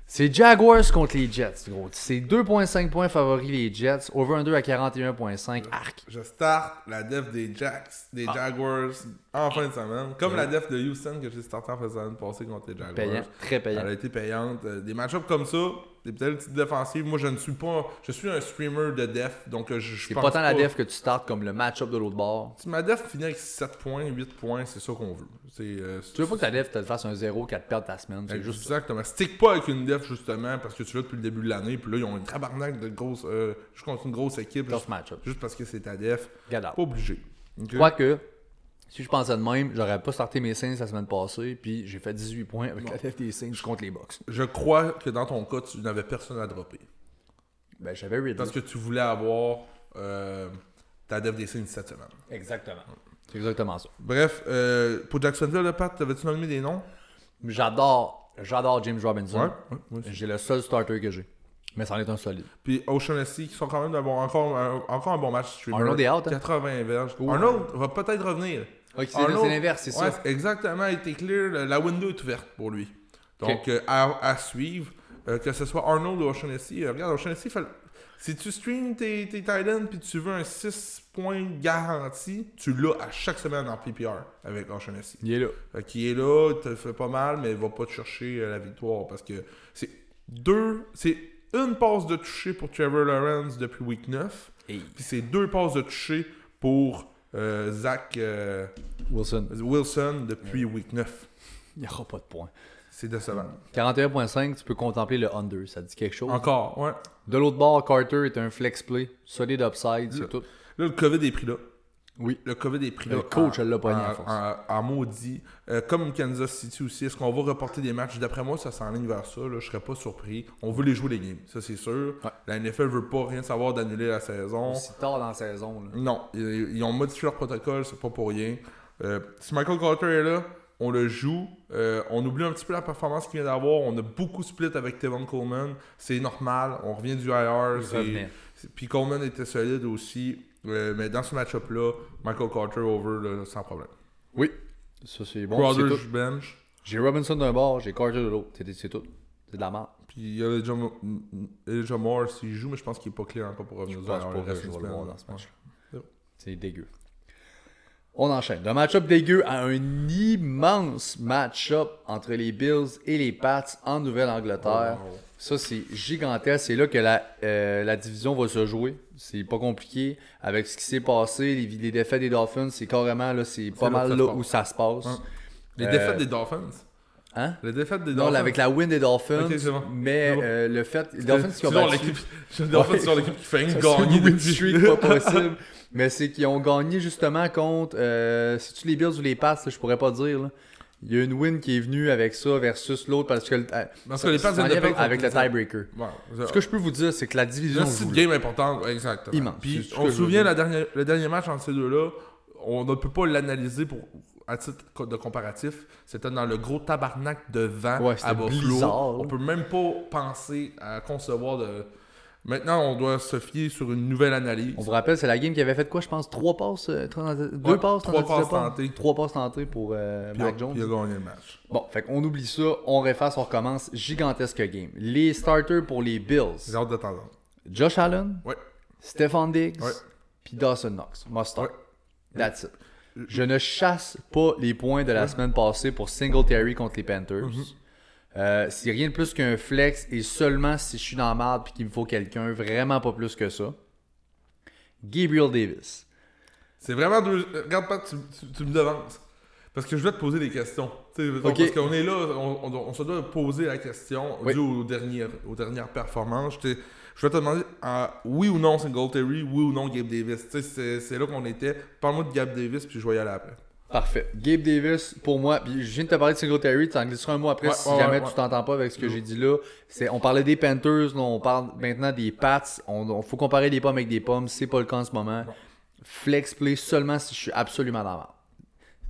C'est Jaguars contre les Jets, gros. C'est 2.5 points favoris les Jets. Over-under à 41.5. Arc.
Je start la def des Jacks, des
Ah.
Jaguars en fin de semaine. Comme la def de Houston que j'ai starté en fin de semaine passée contre les Jaguars.
Payant. Très payant.
Elle a été payante. Euh, Des match-ups comme ça, des peut-être petites défensives. Moi, je ne suis pas. Je suis un streamer de def, donc euh, je, je
C'est
pense
pas tant la def que tu startes comme le match-up de l'autre bord.
Si ma def finit avec 7 points, 8 points, c'est ça qu'on veut. C'est. euh,
Tu veux pas que ta def te fasse un 0 qu'elle te perde ta semaine. C'est juste ça.
Exactement. Stick pas avec une def, justement, parce que tu l'as depuis le début de l'année. Puis là, ils ont une tabarnak de grosses. euh, je compte une grosse équipe.
Tough
Juste,
match-up.
juste parce que c'est ta def.
Get out.
Pas obligé. Ok?
Quoique, si je pensais de même, j'aurais pas starté mes Saints la semaine passée, puis j'ai fait 18 points avec la def des Saints contre les Bucks.
Je crois que dans ton cas, tu n'avais personne à dropper.
Ben, j'avais Ridley.
Parce que tu voulais avoir euh, ta def des signes cette semaine.
Exactement. C'est exactement ça.
Bref, euh, pour Jacksonville, là, Pat, t'avais-tu nommé des noms?
J'adore, j'adore James Robinson.
ouais, ouais.
J'ai le seul starter que j'ai. Mais c'en est un solide.
Puis O'Shaughnessy, qui sont quand même d'un bon- encore, un, encore un bon match streamer.
Arnold est out, hein?
80 verges. Arnold va peut-être revenir.
Ok, c'est-
Arnold-
c'est l'inverse, c'est
ouais,
ça.
Exactement, il était clear. le- La window est ouverte pour lui. Donc,
Ok.
euh, à, à suivre. euh, que ce soit Arnold ou O'Shaughnessy. euh, regarde, O'Shaughnessy, fait- si tu streams tes, tes tight ends puis tu veux un 6 points garanti, tu l'as à chaque semaine en PPR avec O'Shaughnessy.
Il est là.
Fait qu'il est là, il te fait pas mal, mais il va pas te chercher euh, la victoire parce que c'est deux, c'est une passe de toucher pour Trevor Lawrence depuis week 9,
Hey.
puis c'est deux passes de toucher pour euh, Zach euh,
Wilson,
Wilson depuis week 9.
il n'y aura pas de points.
C'est décevant.
Mm. 41.5, tu peux contempler le under, ça te dit quelque chose.
Encore, ouais.
De l'autre bord, Carter est un flex play, solide upside, c'est tout.
Là, le COVID est pris là.
Oui.
Le COVID est pris
Le
là.
coach,
en-
elle l'a pogné à
en,
force.
en- en maudit. Euh, comme Kansas City aussi, est-ce qu'on va reporter des matchs D'après moi, ça s'enligne vers ça. Là, je serais pas surpris. On veut les jouer les games, ça c'est sûr.
Ouais.
La NFL veut pas rien savoir d'annuler la saison.
Si tard dans la saison, là.
Non, ils, ils ont modifié leur protocole, c'est pas pour rien. Euh, si Michael Carter est là, on le joue. Euh, on oublie un petit peu la performance qu'il vient d'avoir. On a beaucoup split avec Tevin Coleman. C'est normal. On revient du IR. c'est-
revenait.
c'est- Puis Coleman était solide aussi. Euh, mais dans ce match-up-là, Michael Carter over là, sans problème.
Oui. Ça, c'est bon. c'est tout.
Crowder, je bench.
J'ai Robinson d'un bord, j'ai Carter de l'autre. C'est c'est tout. C'est de la merde.
Puis il y a Elijah Mo- Elijah Moore s'il joue, mais je pense qu'il est pas clear encore pour revenir
Je
du
pense
IR,
pas
il
que
reste
je
une
vais le
semaine,
voir
là.
dans ce match
Ouais.
C'est dégueu. On enchaîne. D'un match-up dégueu à un immense match-up entre les Bills et les Pats en Nouvelle-Angleterre.
Oh, wow.
Ça, c'est gigantesque. C'est là que la, euh, la division va se jouer. C'est pas compliqué. Avec ce qui s'est passé, les, les défaites des Dolphins, c'est carrément là, c'est pas
là que
mal
ça
là
se passe.
où ça se passe.
Hein. Les
Euh,
défaites des Dolphins.
Hein?
Les défaites des
Non,
Dolphins.
là, avec la win des Dolphins.
Ok, c'est bon.
Mais
C'est bon.
euh, le fait. Les Dolphins qui ont
Sinon,
battu.
l'équipe- [laughs] Les Dolphins,
Ouais.
c'est genre l'équipe qui fait une
C'est
gagnée
une win
depuis-
streak pas [laughs] possible. Mais c'est qu'ils ont gagné justement contre. Euh, C'est-tu les Bills ou les Pats là, Je pourrais pas dire. là. Il y a une win qui est venue avec ça versus l'autre parce que. le- euh,
Parce que les Pats
c'est en
étaient
lien avec,
pas
avec le
contre-
tiebreaker.
Ouais,
Ce que je peux vous dire, c'est que la division.
Là, c'est
joue
une
là.
game importante, ouais, exactement.
Immense. C'est
Puis
ce que je
on se
veux
souvient
dire.
la dernière, le dernier match entre ces deux-là, on ne peut pas l'analyser pour à titre co- de comparatif. C'était dans le gros tabarnak de vent
Ouais, c'était
à Buffalo.
blizzard, là.
On peut même pas penser à concevoir de. Maintenant, on doit se fier sur une nouvelle analyse.
On vous rappelle, c'est la game qui avait fait quoi Je pense trois passes, euh, trois- deux
Ouais,
passes, tentatives
trois
de
passes tentées.
Trois passes tentées pour euh,
Puis on-
Mac Jones.
puis il a gagné le match.
Bon, fait qu'on oublie ça, on refasse, on recommence. Gigantesque game. Les starters pour les
J'ai
Bills.
hâte de t'entendre.
Josh Allen,
Ouais.
Stephon Diggs,
Ouais.
puis Dawson Knox. Mustard.
Ouais.
That's it. Je ne chasse pas les points de la semaine passée pour Singletary contre les Panthers.
Mm-hmm.
Euh, c'est rien de plus qu'un flex et seulement si je suis dans la merde puis qu'il me faut quelqu'un, vraiment pas plus que ça. Gabriel Davis.
C'est vraiment deux. euh, Regarde pas, tu, tu- tu me devances. Parce que je dois te poser des questions. Tu sais, mettons,
Ok.
Parce qu'on est là, on, on doit- on se doit poser la question
Oui.
due aux dernières, aux dernières performances. Je, t'ai- je vais te demander euh, oui ou non Singletary, oui ou non Gabe Davis. Tu sais, C'est c'est là qu'on était. Parle-moi de Gabe Davis, puis je vais y aller après.
Parfait. Gabe Davis, pour moi, puis je viens de te parler de Singletary, tu en glisseras un mot après
Ouais,
si
ouais,
jamais
ouais,
tu
ouais.
t'entends pas avec ce que j'ai dit là. C'est, on parlait des Panthers, là, on parle maintenant des Pats. On, on- faut comparer les pommes avec des pommes, c'est pas le cas en ce moment. Flex play seulement si je suis absolument dans la merde.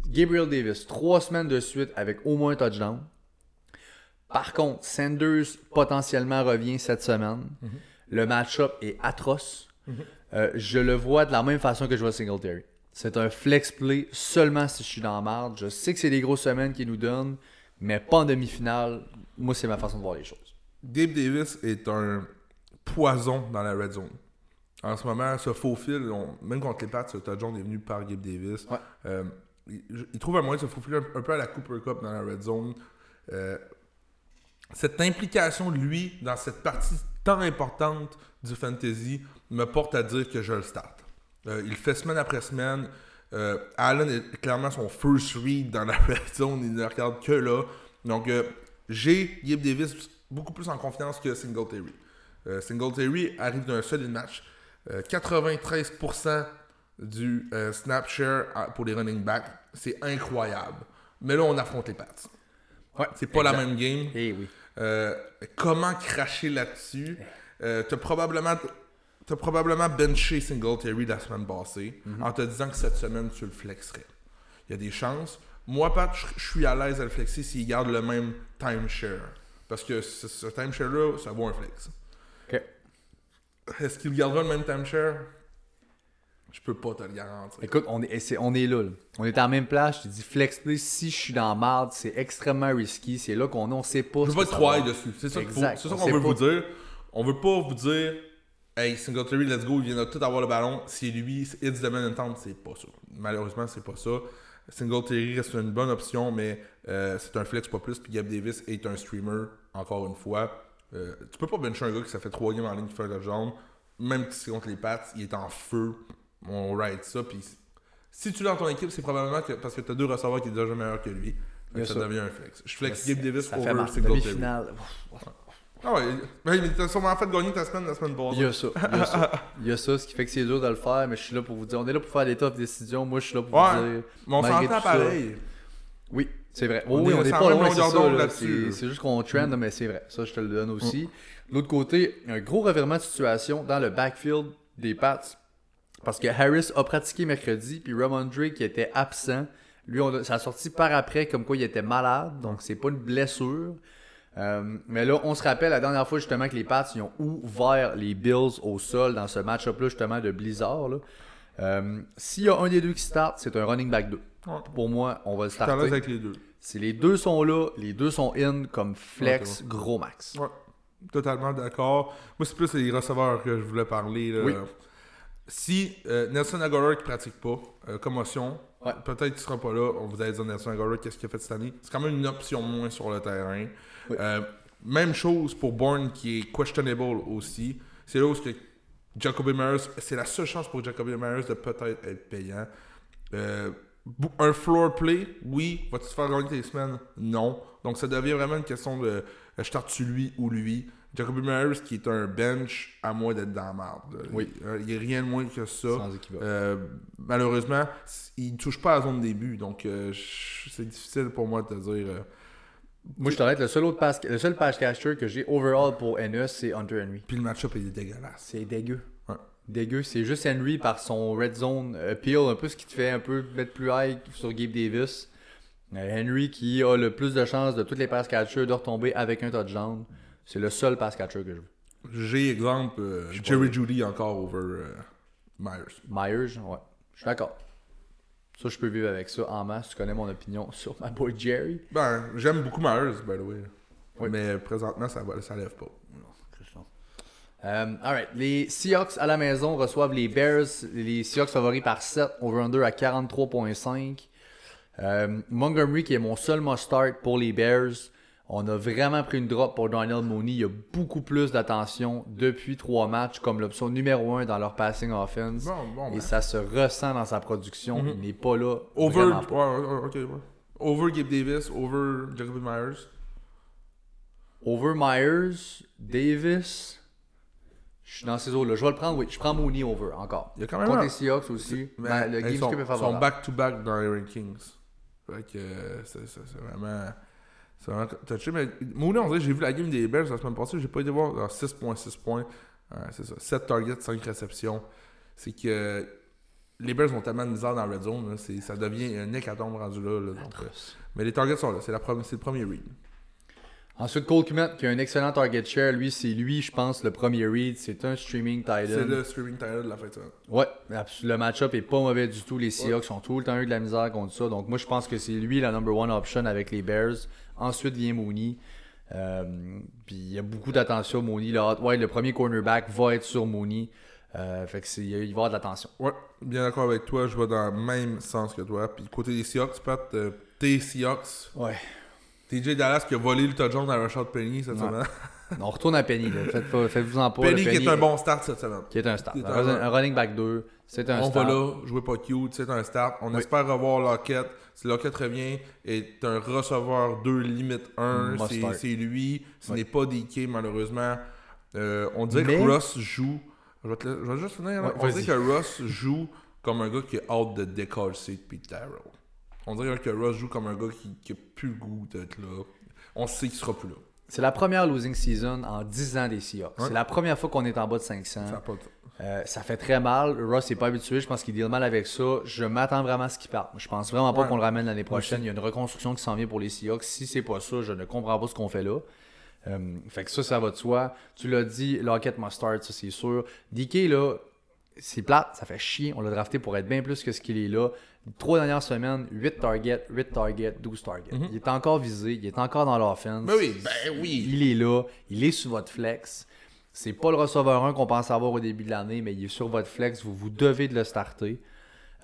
Gabriel Davis, trois semaines de suite avec au moins un touchdown. Par contre, Sanders potentiellement revient cette semaine.
Mhm.
Le match-up est atroce. Euh, je le vois de la même façon que je vois Singletary. C'est un flex play seulement si je suis dans la marde. Je sais que c'est des grosses semaines qu'ils nous donnent, mais pas en demi-finale. Moi, c'est ma façon de voir les choses.
Gabe Davis est un poison dans la red zone. En ce moment, ce faux fil, on- même contre les Pats, ce touchdown est venu par Gabe Davis.
Ouais.
Euh, il, il trouve un moyen de se faufiler un, un peu à la Cooper Cup dans la red zone. Euh, cette implication de lui dans cette partie tant importante du fantasy me porte à dire que je le starte. Euh, il le fait semaine après semaine. Euh, Allen est clairement son first read dans la [laughs] red zone. Il ne regarde que là. Donc, euh, j'ai Gabe Davis beaucoup plus en confiance que Singletary. Euh, Singletary arrive d'un solide match. Euh, 93% du euh, snap share à- pour les running backs. C'est incroyable. Mais là, on affronte les Pats.
Ouais,
C'est pas la
exact.
même game.
Eh oui.
Euh, comment cracher là-dessus? Euh, t'as probablement t'as probablement benché Singletary la semaine passée en te disant que cette semaine tu le flexerais. Il y a des chances. Moi, Pat, je- je suis à l'aise à le flexer s'il garde le même timeshare. Parce que ce, ce timeshare-là, ça vaut un flex.
Ok.
Est-ce qu'il gardera le même timeshare? Je peux pas te le garantir.
Écoute, on est, c'est- on est là, là. On est à la même place. Je te dis flex play si je suis dans la marde. C'est extrêmement risky. C'est là qu'on est. On sait pas.
Je
ce
veux pas
que
être
ça
trop
va.
high dessus. C'est ça qu'il faut-
Exact.
c'est ça
On
qu'on
sait
veut
pas.
vous dire. On veut pas vous dire, hey, Singletary, let's go, il vient de tout avoir le ballon. C'est lui, c'est- it's the man in town. C'est pas ça. Malheureusement, c'est pas ça. Singletary reste une bonne option, mais euh, c'est un flex pas plus. Puis Gab Davis est un streamer, encore une fois. Euh, tu peux pas bencher un gars qui ça fait 3 games en ligne qui fait un touchdown. Même si c'est contre les pattes, il est en feu. On ride ça. Puis si tu l'as dans ton équipe, c'est probablement que, parce que tu as deux receveurs qui sont déjà meilleurs que lui. Fait
Bien
que Ça
sûr.
devient un flex. Je flex
Ça-
Gabe Davis
ça fait
over
mal.
Singletary.
Demi-finale.
Ah ouais, mais mais t'as sûrement fait gagner ta semaine la semaine
Il
passée.
y a ça. Il y a
[laughs]
ça. Il y a ça, ce qui fait que c'est dur de le faire, mais je suis là pour vous dire. On est là pour faire des tough décisions. Moi, je suis là pour vous
Ouais,
dire.
mais on
malgré
s'entend
tout ça,
pareil.
Oui, c'est vrai.
On
oui,
est-
on
c'est
n'est
en
pas
même
loin, c'est
longueur
ça.
d'onde
là.
là-dessus,
C'est
là. Mm.
c'est juste qu'on trend, mais c'est vrai. Ça, je te le donne aussi. De L'autre côté, un gros revirement de situation dans le backfield des Pats. Parce que Harris a pratiqué mercredi, puis Ramondre qui était absent. Lui, on a- ça a sorti par après comme quoi il était malade, donc c'est pas une blessure. Euh, mais là, on se rappelle la dernière fois justement que les Pats ils ont ouvert les Bills au sol dans ce match-up-là justement de Blizzard. là. Euh, S'il y a un des deux qui start, c'est un running back 2.
Ouais.
Pour moi, on va le
T'es à
starter.
l'aise avec les deux.
Si les deux sont là, les deux sont in comme flex gros max.
Ouais, totalement d'accord. Moi, c'est plus les receveurs que je voulais parler. là.
Oui.
Si euh, Nelson Aguilar qui pratique pas, euh, commotion,
Ouais.
peut-être qu'il sera pas là. On vous allez dire Nelson Aguilar, qu'est-ce qu'il a fait cette année C'est quand même une option moins sur le terrain.
Oui.
Euh, même chose pour Bourne qui est questionable aussi. C'est là où ce que Jacoby Myers, c'est la seule chance pour Jacoby Myers de peut-être être payant. Euh, bou- un floor play, oui. Vas-tu te faire gagner tes semaines? Non. Donc ça devient vraiment une question de euh, je tarte-tu lui ou lui. Jacoby Myers qui est un bench à moins d'être dans la marde. Euh,
Oui.
Il n'y a rien de moins que ça.
Sans équivoque.
Euh, malheureusement, s- il ne touche pas à la zone début, donc euh, je- c'est difficile pour moi de te dire. euh.
Moi, je t'arrête. Le seul autre pass, le seul pass catcher que j'ai overall pour NE, c'est Hunter Henry.
Puis le match-up il est dégueulasse.
C'est dégueu.
Ouais.
Dégueu. C'est juste Henry par son red zone appeal, un peu ce qui te fait un peu mettre plus high sur Gabe Davis. Euh, Henry qui a le plus de chances de toutes les pass catchers de retomber avec un touchdown. C'est le seul pass catcher que je veux.
J'ai exemple euh, Jerry Judy encore over euh, Myers.
Myers, ouais. Je suis d'accord. Ça, je peux vivre avec ça en masse. Tu connais mon opinion [laughs] sur ma boy Jerry.
Ben, j'aime beaucoup Myers, by the way.
Oui.
Mais présentement, ça ne ça lève pas.
Euh, alright. Les Seahawks à la maison reçoivent les Bears. Les Seahawks favoris par 7, over-under à 43.5. Euh, Montgomery qui est mon seul must-start pour les Bears. On a vraiment pris une drop pour Daniel Mooney. Il y a beaucoup plus d'attention depuis trois matchs comme l'option numéro 1 dans leur passing offense.
Bon, bon,
Et
ben. Mm-hmm.
ça se ressent dans sa production. Il n'est pas là.
Over,
vraiment pas.
ouais, ouais, ok, ouais. over Gabe Davis, over Jacoby Myers.
Over Myers, Davis. Je suis dans ces eaux-là. Je vais le prendre, oui. Je prends Mooney over encore.
Il y a quand même
Contre
un-
les Seahawks aussi.
Mais
Ben, le
ils
game
sont,
script est
sont
favorable.
back-to-back dans les rankings. Fait que euh, c'est c'est- c'est vraiment. C'est vraiment touché. Mais Mooney, on dirait, j'ai vu la game des Bears la semaine passée, j'ai pas été voir. Alors, 6 points, 6 points. Ouais, c'est ça. 7 targets, 5 réceptions. C'est que. les Bears ont tellement de misère dans la red zone, là, c'est- ça devient euh, un hécatombe rendu là. là, donc, euh, mais les targets sont là, c'est la première- c'est le premier read.
Ensuite, Cole Kmet, qui a un excellent target share. Lui, c'est lui, je pense, le premier read. C'est un streaming tight
C'est
end.
le streaming title de la fin de semaine.
Ouais, absolu- le match-up est pas mauvais du tout. Les Seahawks ont tout le temps eu de la misère contre ça. Donc moi, je pense que c'est lui la number one option avec les Bears. Ensuite vient Mooney. Euh, Puis il y a beaucoup d'attention à Mooney. Le, hot- ouais, le premier cornerback va être sur Mooney. Euh, fait que c'est, il va y avoir de l'attention.
Ouais, bien d'accord avec toi, je vais dans le même sens que toi. Puis côté des Seahawks, Pat, euh, tes Seahawks,
Ouais.
TJ Dallas qui a volé le touchdown à Rashad Penny cette
Ouais.
semaine.
On retourne à Penny. là. Faites pas- Faites-vous en pas. là.
Penny qui est un bon start cette semaine.
Qui est un start.
Qui est
Un,
un-
un running back 2. C'est un
on
start.
va là, jouer pas cute, c'est un start. On espère revoir Lockett. Si Lockett revient, est un receveur 2, limite 1.
Must
C'est-
start.
C'est lui. Ce
Ouais.
n'est pas DK, malheureusement. Euh, on dirait
Mais-
que Russ joue. Je vais, te la- je vais juste finir. là.
Ouais,
on
vas-y.
dirait que Russ joue comme un gars qui a hâte de décalcer de Pete Tyrell. On dirait que Russ joue comme un gars qui n'a plus le goût d'être là. On sait qu'il sera plus là.
C'est la première losing season en 10 ans des Seahawks.
Ouais.
C'est la première fois qu'on est en bas de 500.
Ça a pas de-
Euh, ça fait très mal. Ross n'est pas habitué. Je pense qu'il deal mal avec ça. Je m'attends vraiment à ce qu'il parte. Je pense vraiment pas
Ouais.
qu'on le ramène l'année prochaine. Il y a une reconstruction qui s'en vient pour les Seahawks. Si c'est pas ça, je ne comprends pas ce qu'on fait là. Euh, fait que ça, ça va de soi. Tu l'as dit, Lockett must start, ça c'est sûr. DK, là, c'est plate, ça fait chier. On l'a drafté pour être bien plus que ce qu'il est là. Trois dernières semaines, 8 targets, 8 targets, 12 targets. Il est encore visé, il est encore dans l'offense.
Mais oui, Mhm. ben oui.
Il est là, il est sur votre flex. C'est pas le receveur 1 qu'on pense avoir au début de l'année, mais il est sur votre flex. Vous vous devez de le starter.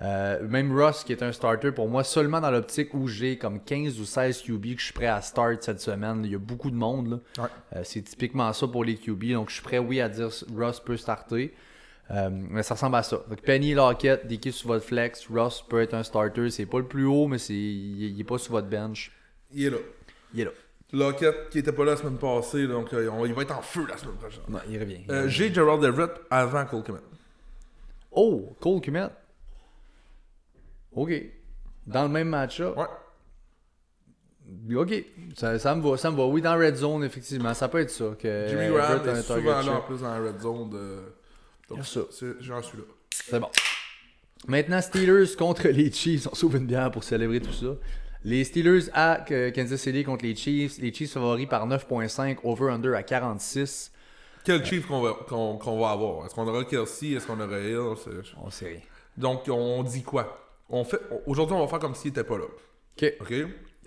Euh, même Ross, qui est un starter pour moi, seulement dans l'optique où j'ai comme 15 ou 16 QB que je suis prêt à start cette semaine. Il y a beaucoup de monde. là.
Ouais.
Euh, c'est typiquement ça pour les QB. Donc, je suis prêt, oui, à dire Ross peut starter. Euh, mais ça ressemble à ça. Donc, Penny, Lockett, DK sur votre flex. Ross peut être un starter. C'est pas le plus haut, mais c'est, il, est- il est pas sur votre bench.
Il est là.
Il est là.
Lockett qui était pas là la semaine passée, donc euh, on- il va être en feu la semaine prochaine.
Non, il revient.
Euh, J'ai Gerald Everett avant Cole Kmet.
Oh, Cole Kmet. OK. Dans le même match-up.
Ouais.
OK. Ça, ça me va, ça me va. Oui, dans Red Zone, effectivement. Ça peut être ça. Que
Jimmy
Euh, Everett
Graham
a un
est
target
souvent là
share.
en plus dans la red zone. De... Donc,
Ça.
c'est- j'en suis là.
C'est bon. Maintenant, Steelers contre les Chiefs. On s'ouvre une bière pour célébrer tout ça. Les Steelers à euh, Kansas City contre les Chiefs. Les Chiefs favoris par 9.5, over-under à 46.
Quel chief qu'on va, qu'on- qu'on va avoir Est-ce qu'on aura Kelsey Est-ce qu'on aura Hill C'est-
On sait rien.
Donc, on dit quoi on fait... Aujourd'hui, on va faire comme s'il était pas là.
OK.
OK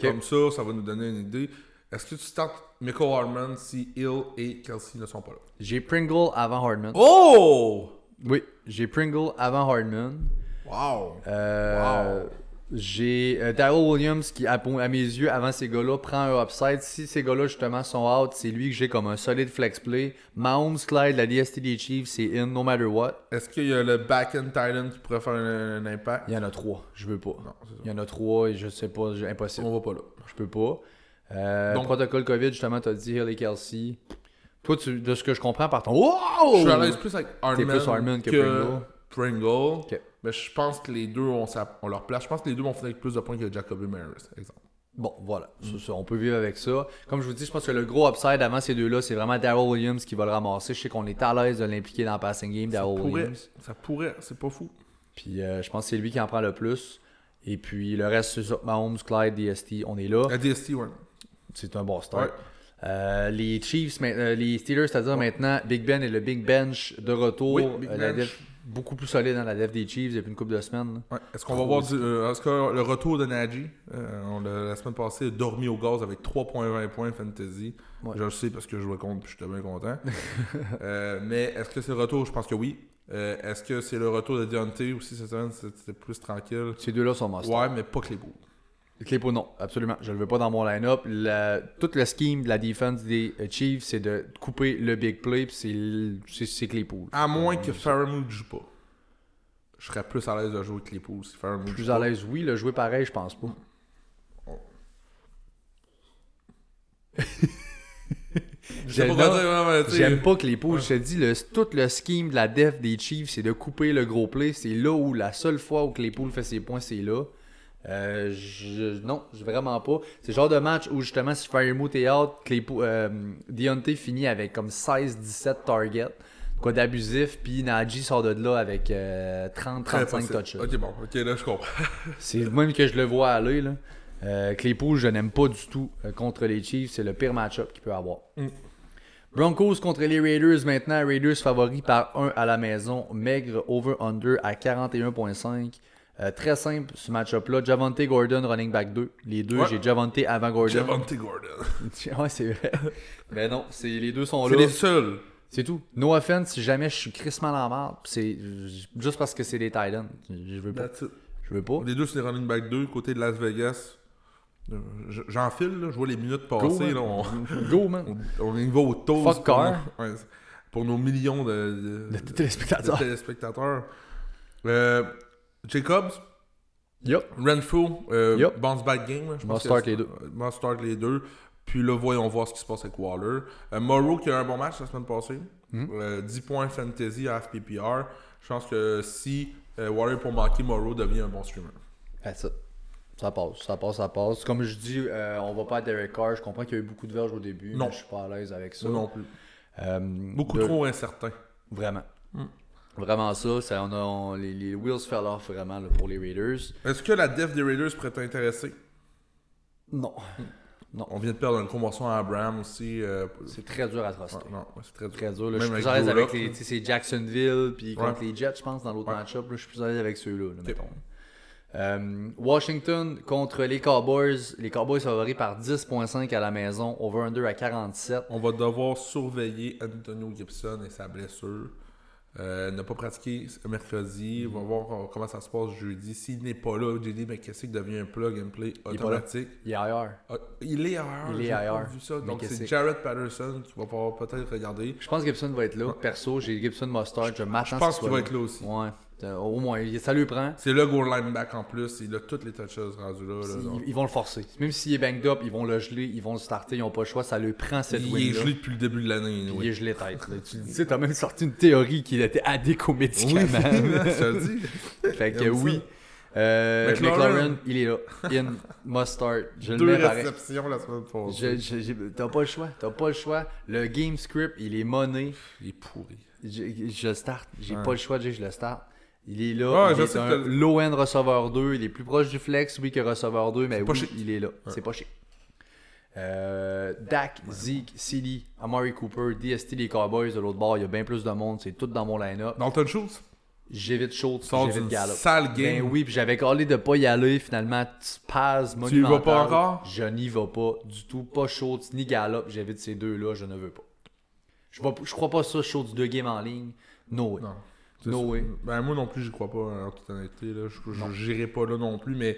Comme ça, ça va nous donner une idée. Est-ce que tu startes Michael Harmon si Hill et Kelsey ne sont pas là
J'ai Pringle avant Hardman.
Oh
Oui, j'ai Pringle avant Hardman.
Wow
Euh, J'ai euh, Darryl Williams qui, à, pour- à mes yeux, avant ces gars-là, prend un upside. Si ces gars-là, justement, sont out, c'est lui que j'ai comme un solide flex play. Mahomes, Clyde, la DST des Chiefs, c'est in no matter what.
Est-ce qu'il y a le back-end Titan qui pourrait faire un, un impact
Il y en a trois, je veux pas.
Non, c'est ça.
Il y en a trois et je sais pas, j'ai- impossible.
On va pas là.
Je peux pas. Euh,
Donc-
protocole COVID, justement, t'as dit Hill et Kelsey. Toi, tu- de ce que je comprends par ton. Wow!
Je suis à l'aise plus avec Hardman,
Oh. plus Hardman que
Pringle.
Ok.
Mais je pense que les deux ont, sa- ont leur place. Je pense que les deux vont finir avec plus de points que Jacoby Maris, exemple.
Bon, voilà.
Mm.
Ça, ça, on peut vivre avec ça. Comme je vous dis, je pense que le gros upside avant ces deux-là, c'est vraiment Daryl Williams qui va le ramasser. Je sais qu'on est à l'aise de l'impliquer dans le passing game, Daryl
Pourrait,
Williams.
ça pourrait, c'est pas fou.
Puis euh, je pense que c'est lui qui en prend le plus. Et puis le reste, c'est ça. Mahomes, Clyde, DST, on est là.
La DST, ouais.
C'est un bon start.
Ouais.
Euh, les Chiefs, mais- euh, les Steelers, c'est-à-dire maintenant, Big Ben et le Big Bench de retour. Euh,
Oui, Big
la
Bench.
def- beaucoup plus solide dans la def des Chiefs depuis une couple de semaines. là.
Ouais. Est-ce qu'on va voir du- euh, est-ce que le retour de Najee, euh, on l'a- la semaine passée, a dormi au gaz avec 3.20 points fantasy.
Ouais.
Je le sais parce que je jouais contre puis j'étais
[laughs]
bien content. Euh, mais est-ce que c'est le retour Je pense que oui. Euh, est-ce que c'est le retour de Deontay aussi cette semaine C'était plus tranquille.
Ces deux-là sont must.
Ouais, mais pas que les bouts.
Clépo, non, absolument. Je le veux pas dans mon line-up. La- tout le scheme de la défense des euh, Chiefs, c'est de couper le big play, puis c'est l- c'est c'est Claypool.
À moins que Faramount joue pas. Je serais plus à l'aise de jouer avec les poules si Faramount joue
Plus à l'aise, oui, le jouer pareil, je pense pas.
pas. Je
J'aime
sais pas quoi dire, vraiment, tu sais.
J'aime pas Claypool. Je te dis, le, tout le scheme de la def des Chiefs, c'est de couper le gros play. C'est là où la seule fois où Claypool fait ses points, c'est là. Euh, je- non, je- vraiment pas. C'est le genre de match où justement, si Firemouth est out, Claypool, euh, Deontay finit avec comme 16-17 targets. Quoi d'abusif, puis Najee sort de là avec euh, 30-35
possible.
touches.
Ok, bon, ok, là, je comprends.
C'est le même que je le vois aller. Là. Euh, Claypool, je n'aime pas du tout euh, contre les Chiefs. C'est le pire match-up qu'il peut avoir.
Mm.
Broncos contre les Raiders maintenant. Raiders favori par 1 à la maison. Maigre over-under à 41,5. Euh, très simple ce match-up-là. Javante Gordon, running back 2. Les deux,
Ouais.
j'ai Javante avant Gordon.
Javante Gordon.
[laughs] ouais, c'est vrai. Mais non, c'est- les deux sont
C'est
là.
les seuls.
C'est tout. No offense, si jamais je suis crissement dans la merde, c'est juste parce que c'est les Titans. Je veux pas.
That's it.
Je veux pas.
Les deux, c'est les running back 2, côté de Las Vegas. Euh, j- J'enfile, là, je vois les minutes
Go,
passer.
man.
là, on,
Go, man.
on- on y va au toast.
Fuck
pour,
car.
nos- ouais, c'est- pour nos millions de, de-
De
de
téléspectateurs.
téléspectateurs. Euh, Jacobs,
Yup.
Renfrew, euh,
Yup.
bounce back game. là, je pense
Must
que
start
c'est-
les deux.
Must start les deux. Puis là, voyons voir ce qui se passe avec Waller. Euh, Morrow qui a eu un bon match la semaine passée.
Hmm.
Euh, 10 points fantasy à FPPR. Je pense que si euh, Waller est pour manquer, Morrow devient un bon streamer.
Ah, ça. Ça passe, ça passe, ça passe. Comme je dis, euh, on va pas à Derek Carr. Je comprends qu'il y a eu beaucoup de verges au début.
Non.
mais je suis pas à l'aise avec ça.
Moi non plus.
Euh,
Beaucoup
de-
trop incertain.
Vraiment.
Hmm.
Vraiment ça. ça on a, on- les, les wheels fell off vraiment là, pour les Raiders.
Est-ce que la def des Raiders pourrait t'intéresser
Non.
On vient de perdre un gros morceau à Abraham aussi. euh,
C'est très dur à truster.
Non, ouais, c'est très dur.
Très dur. là.
Même
Je suis
avec
plus à l'aise
Joe
avec
Lock,
les,
là.
tu sais, c'est Jacksonville puis contre
Ouais.
les Jets, je pense, dans l'autre
Ouais.
match-up. là, Je suis plus à l'aise avec ceux-là, là, mettons. Euh, Washington contre les Cowboys. Les Cowboys favoris par 10.5 à la maison. Over-under à 47.
On va devoir surveiller Antonio Gibson et sa blessure. Euh, ne pas pratiquer ce mercredi.
Mm.
On va voir euh, comment ça se passe jeudi. S'il n'est pas là, JD McKessick devient un plug and play
est pas là.
automatique.
Il est ailleurs.
Ah, Il est ailleurs.
Il est
j'ai pas
ailleurs,
vu ça. Donc c'est
McKessick.
Jared Patterson qui va pouvoir peut-être regarder.
Je pense que Gibson va être là. Perso, j'ai Gibson Mustard. Je m'attends
Je pense qu'il va être là aussi.
Ouais. Euh, Au moins, il- ça lui prend.
C'est le goal lineback en plus. Il a toutes les touches rendues là. là, donc.
Ils, ils vont le forcer. Même s'il est banged up, ils vont le geler, ils vont le starter, ils n'ont pas le choix. Ça lui prend cette
Il est
win-là.
gelé depuis le début de l'année.
Puis
anyway.
Il est gelé tête. là. Tu le dis,
[laughs]
t'as même sorti une théorie qu'il était addict aux
Oui,
médicaments.
[laughs] je te le dis.
fait que
J'aime ça.
oui. Euh,
McLaurin.
McLaurin. il est là. In, Mustard. Je le
Deux
mets pareil.
réceptions la semaine passée.
Je- je- j'ai- T'as pas le choix. T'as pas le choix. Le game script, il est monné.
Il est pourri.
Je, je le start. J'ai
Ouais.
pas le choix de dire que je le start. Il est là.
Ouais,
il
je
est
sais
un
que t'as-
low-end receveur 2. Il est plus proche du flex, oui, que receveur 2, mais
pas
oui,
chic.
il est là. C'est pas chic. Euh, Dak, Zeke, Silly, Amari Cooper, DST, les Cowboys de l'autre bord, il y a bien plus de monde, c'est tout dans mon line-up.
Dalton Schultz
J'évite Schultz,
sort
j'évite
d'une
Gallup.
sale game.
Ben oui, puis j'avais collé de pas y aller, finalement, passe
Tu y vas
monumental.
pas encore?
Je n'y vais pas du tout, pas Schultz ni Gallup, j'évite ces deux-là, je ne veux pas. Je, vois- je crois pas ça, Schultz deux games en ligne, no way.
Non.
No
C'est-
way.
Ben, moi non plus, j'y crois pas, hein, en toute honnêteté. Là. Je- Je n'irai pas là non plus, mais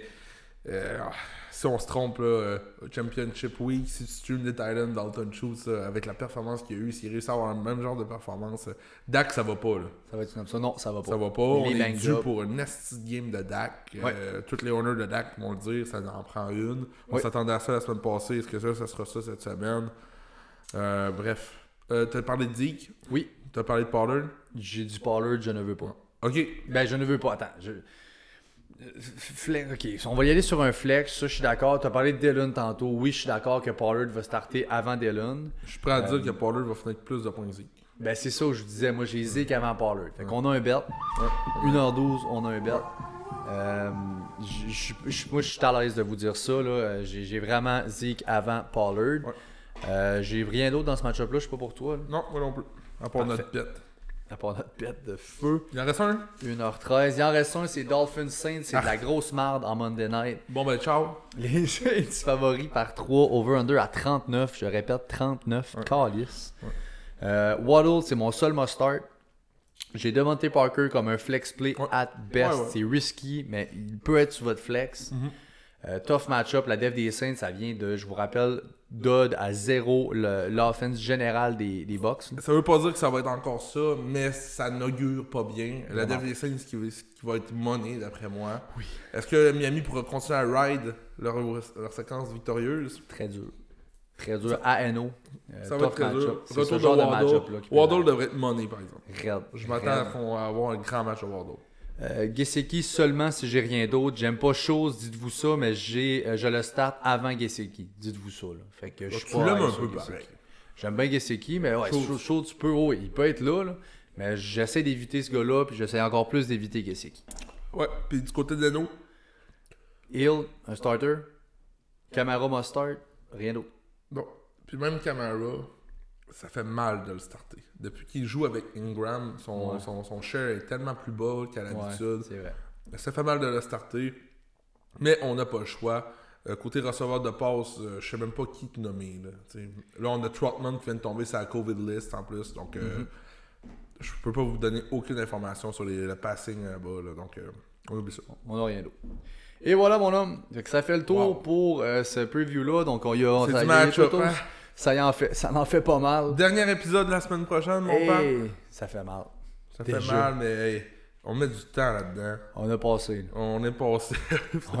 euh, ah, si on se trompe, là, euh, Championship Week, si tu stream des Titans, Dalton Schultz, euh, avec la performance qu'il y a eu, s'il réussit à avoir le même genre de performance, euh, Dak, ça va pas. Là.
Ça va être une option. Non, ça va pas.
Ça va
Il
pas. on
est
est
banged
dû
up.
pour une nasty game de Dak. Euh, Toutes les honneurs de Dak vont le dire, ça en prend une. On
Ouais.
s'attendait à ça la semaine passée. Est-ce que ça, ça sera ça cette semaine? Euh, bref. Euh, t'as parlé de Zeke,
Oui,
t'as parlé de Pollard.
j'ai du Pollard, je ne veux pas.
Ok,
Ben, je ne veux pas. Attends. Je... Euh, flex- Ok, on va y aller sur un flex. Ça, je suis d'accord. Tu as parlé de Dylan tantôt. Oui, je suis d'accord que Pollard va starter avant Dylan.
je suis prêt à dire que Pollard va finir avec plus de points que Zeke.
Ben, c'est ça où je vous disais. Moi, j'ai Zeke avant Pollard. Fait qu'on a un belt. 1h12, on a un belt. Euh, je- je- je- moi, je suis à l'aise de vous dire ça. là. Euh, J'ai j'ai vraiment Zeke avant Pollard.
Ouais.
Euh, j'ai rien d'autre dans ce match-up-là. Je suis pas pour toi. là.
Non, moi non plus. À part
Parfait.
notre pète.
À part notre bête de feu.
Il en reste un?
1h13. Il en reste un, c'est Dolphins Saints. C'est de la grosse marde en Monday Night.
Bon ben ciao.
Les [laughs] Saints favoris par 3, over-under à 39. Je répète, 39. Calice. Euh, Waddle, c'est mon seul must-start. J'ai Devontae Parker comme un flex play
Ouais.
at best.
Ouais, ouais.
C'est risky, mais il peut être sur votre flex.
Mm-hmm.
Euh, tough match-up. La dev des Saints, ça vient de, je vous rappelle, Dodd à 0, l'offense générale des, des Bucks.
Ça veut pas dire que ça va être encore ça, mais ça n'augure pas bien. La dev des Saints qui, va- qui va être monnaie, d'après moi.
Oui.
Est-ce que Miami pourra continuer à ride leur, leur séquence victorieuse?
Très dur. Très dur. ANO. Euh,
Ça
tough
va être très dur.
match-up. C'est
Retour
ce
de
genre
Wardle.
match-up-là qui peut-
Wardle devrait être monnaie, par exemple.
Raide,
Je m'attends à
raide.
qu'on va avoir un grand match à Wardle.
Euh, Gesicki seulement si j'ai rien d'autre. J'aime pas chose, dites-vous ça, mais j'ai, euh, je le start avant Gesicki. Dites-vous ça. Là. Fait que je suis
Tu
pas
l'aimes
high
un
sur
peu
Gesicki.
pareil.
J'aime bien Gesicki, mais ouais,
Schultz.
Schultz, Schultz peut, oh, il peut être là, là, Mais j'essaie d'éviter ce gars-là, puis j'essaie encore plus d'éviter Gessick.
Ouais, puis du côté de Leno,
Hill, un starter. Camara must start. Rien d'autre.
non. Puis même Camara, ça fait mal de le starter. Depuis qu'il joue avec Ingram, son,
Ouais.
son, son share est tellement plus bas qu'à l'habitude.
c'est vrai.
Ça fait mal de le starter, mais on n'a pas le choix. Euh, côté receveur de passe, euh, je sais même pas qui te nommer. Là, Tu sais, là, on a Trotman qui vient de tomber sur la COVID list en plus. Donc, euh,
Mhm.
je peux pas vous donner aucune information sur les, le passing là-bas. là. donc, euh, on oublie ça.
On n'a rien d'autre. Et voilà, mon homme. Fait que ça fait le tour
Wow.
pour euh, ce preview-là. Donc, on y a.
C'est
ça
du
y a-
match-up, hein?
Ça, y en fait, ça en fait pas mal.
Dernier épisode la semaine prochaine, mon père.
Hey, Eh, ça fait mal.
Ça fait
déjà.
mal, mais hey, on met du temps là-dedans.
On a passé. là.
On est passé. [laughs]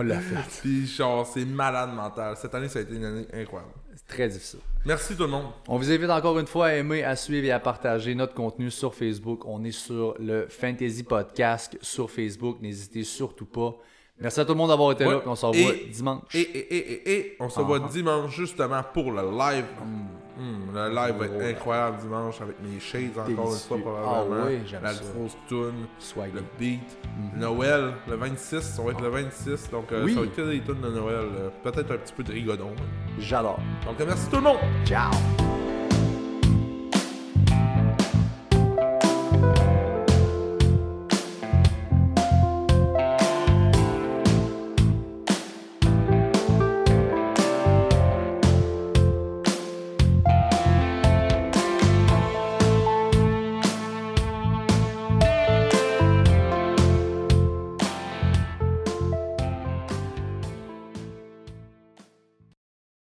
On l'a fait.
Puis, genre, c'est malade mental. Cette année, ça a été une année incroyable.
C'est très difficile.
Merci tout le monde.
On vous invite encore une fois à aimer, à suivre et à partager notre contenu sur Facebook. On est sur le Fantasy Podcast sur Facebook. N'hésitez surtout pas. Merci à tout le monde d'avoir été
Ouais.
là. puis On se revoit
Et-
dimanche. Ah.
Et, et, et, et, et, on se voit dimanche justement pour le live. Mm, le live va être incroyable dimanche avec mes shades encore une
Délicieux.
fois probablement.
Ah oui, j'aime
La
ça.
grosse tune,
Swag.
le beat. Noël, le 26, on va être le 26, donc euh,
Oui.
ça va être que des tunes de Noël. euh, Peut-être un petit peu de rigodon.
J'adore.
Donc euh, merci tout le monde!
Ciao.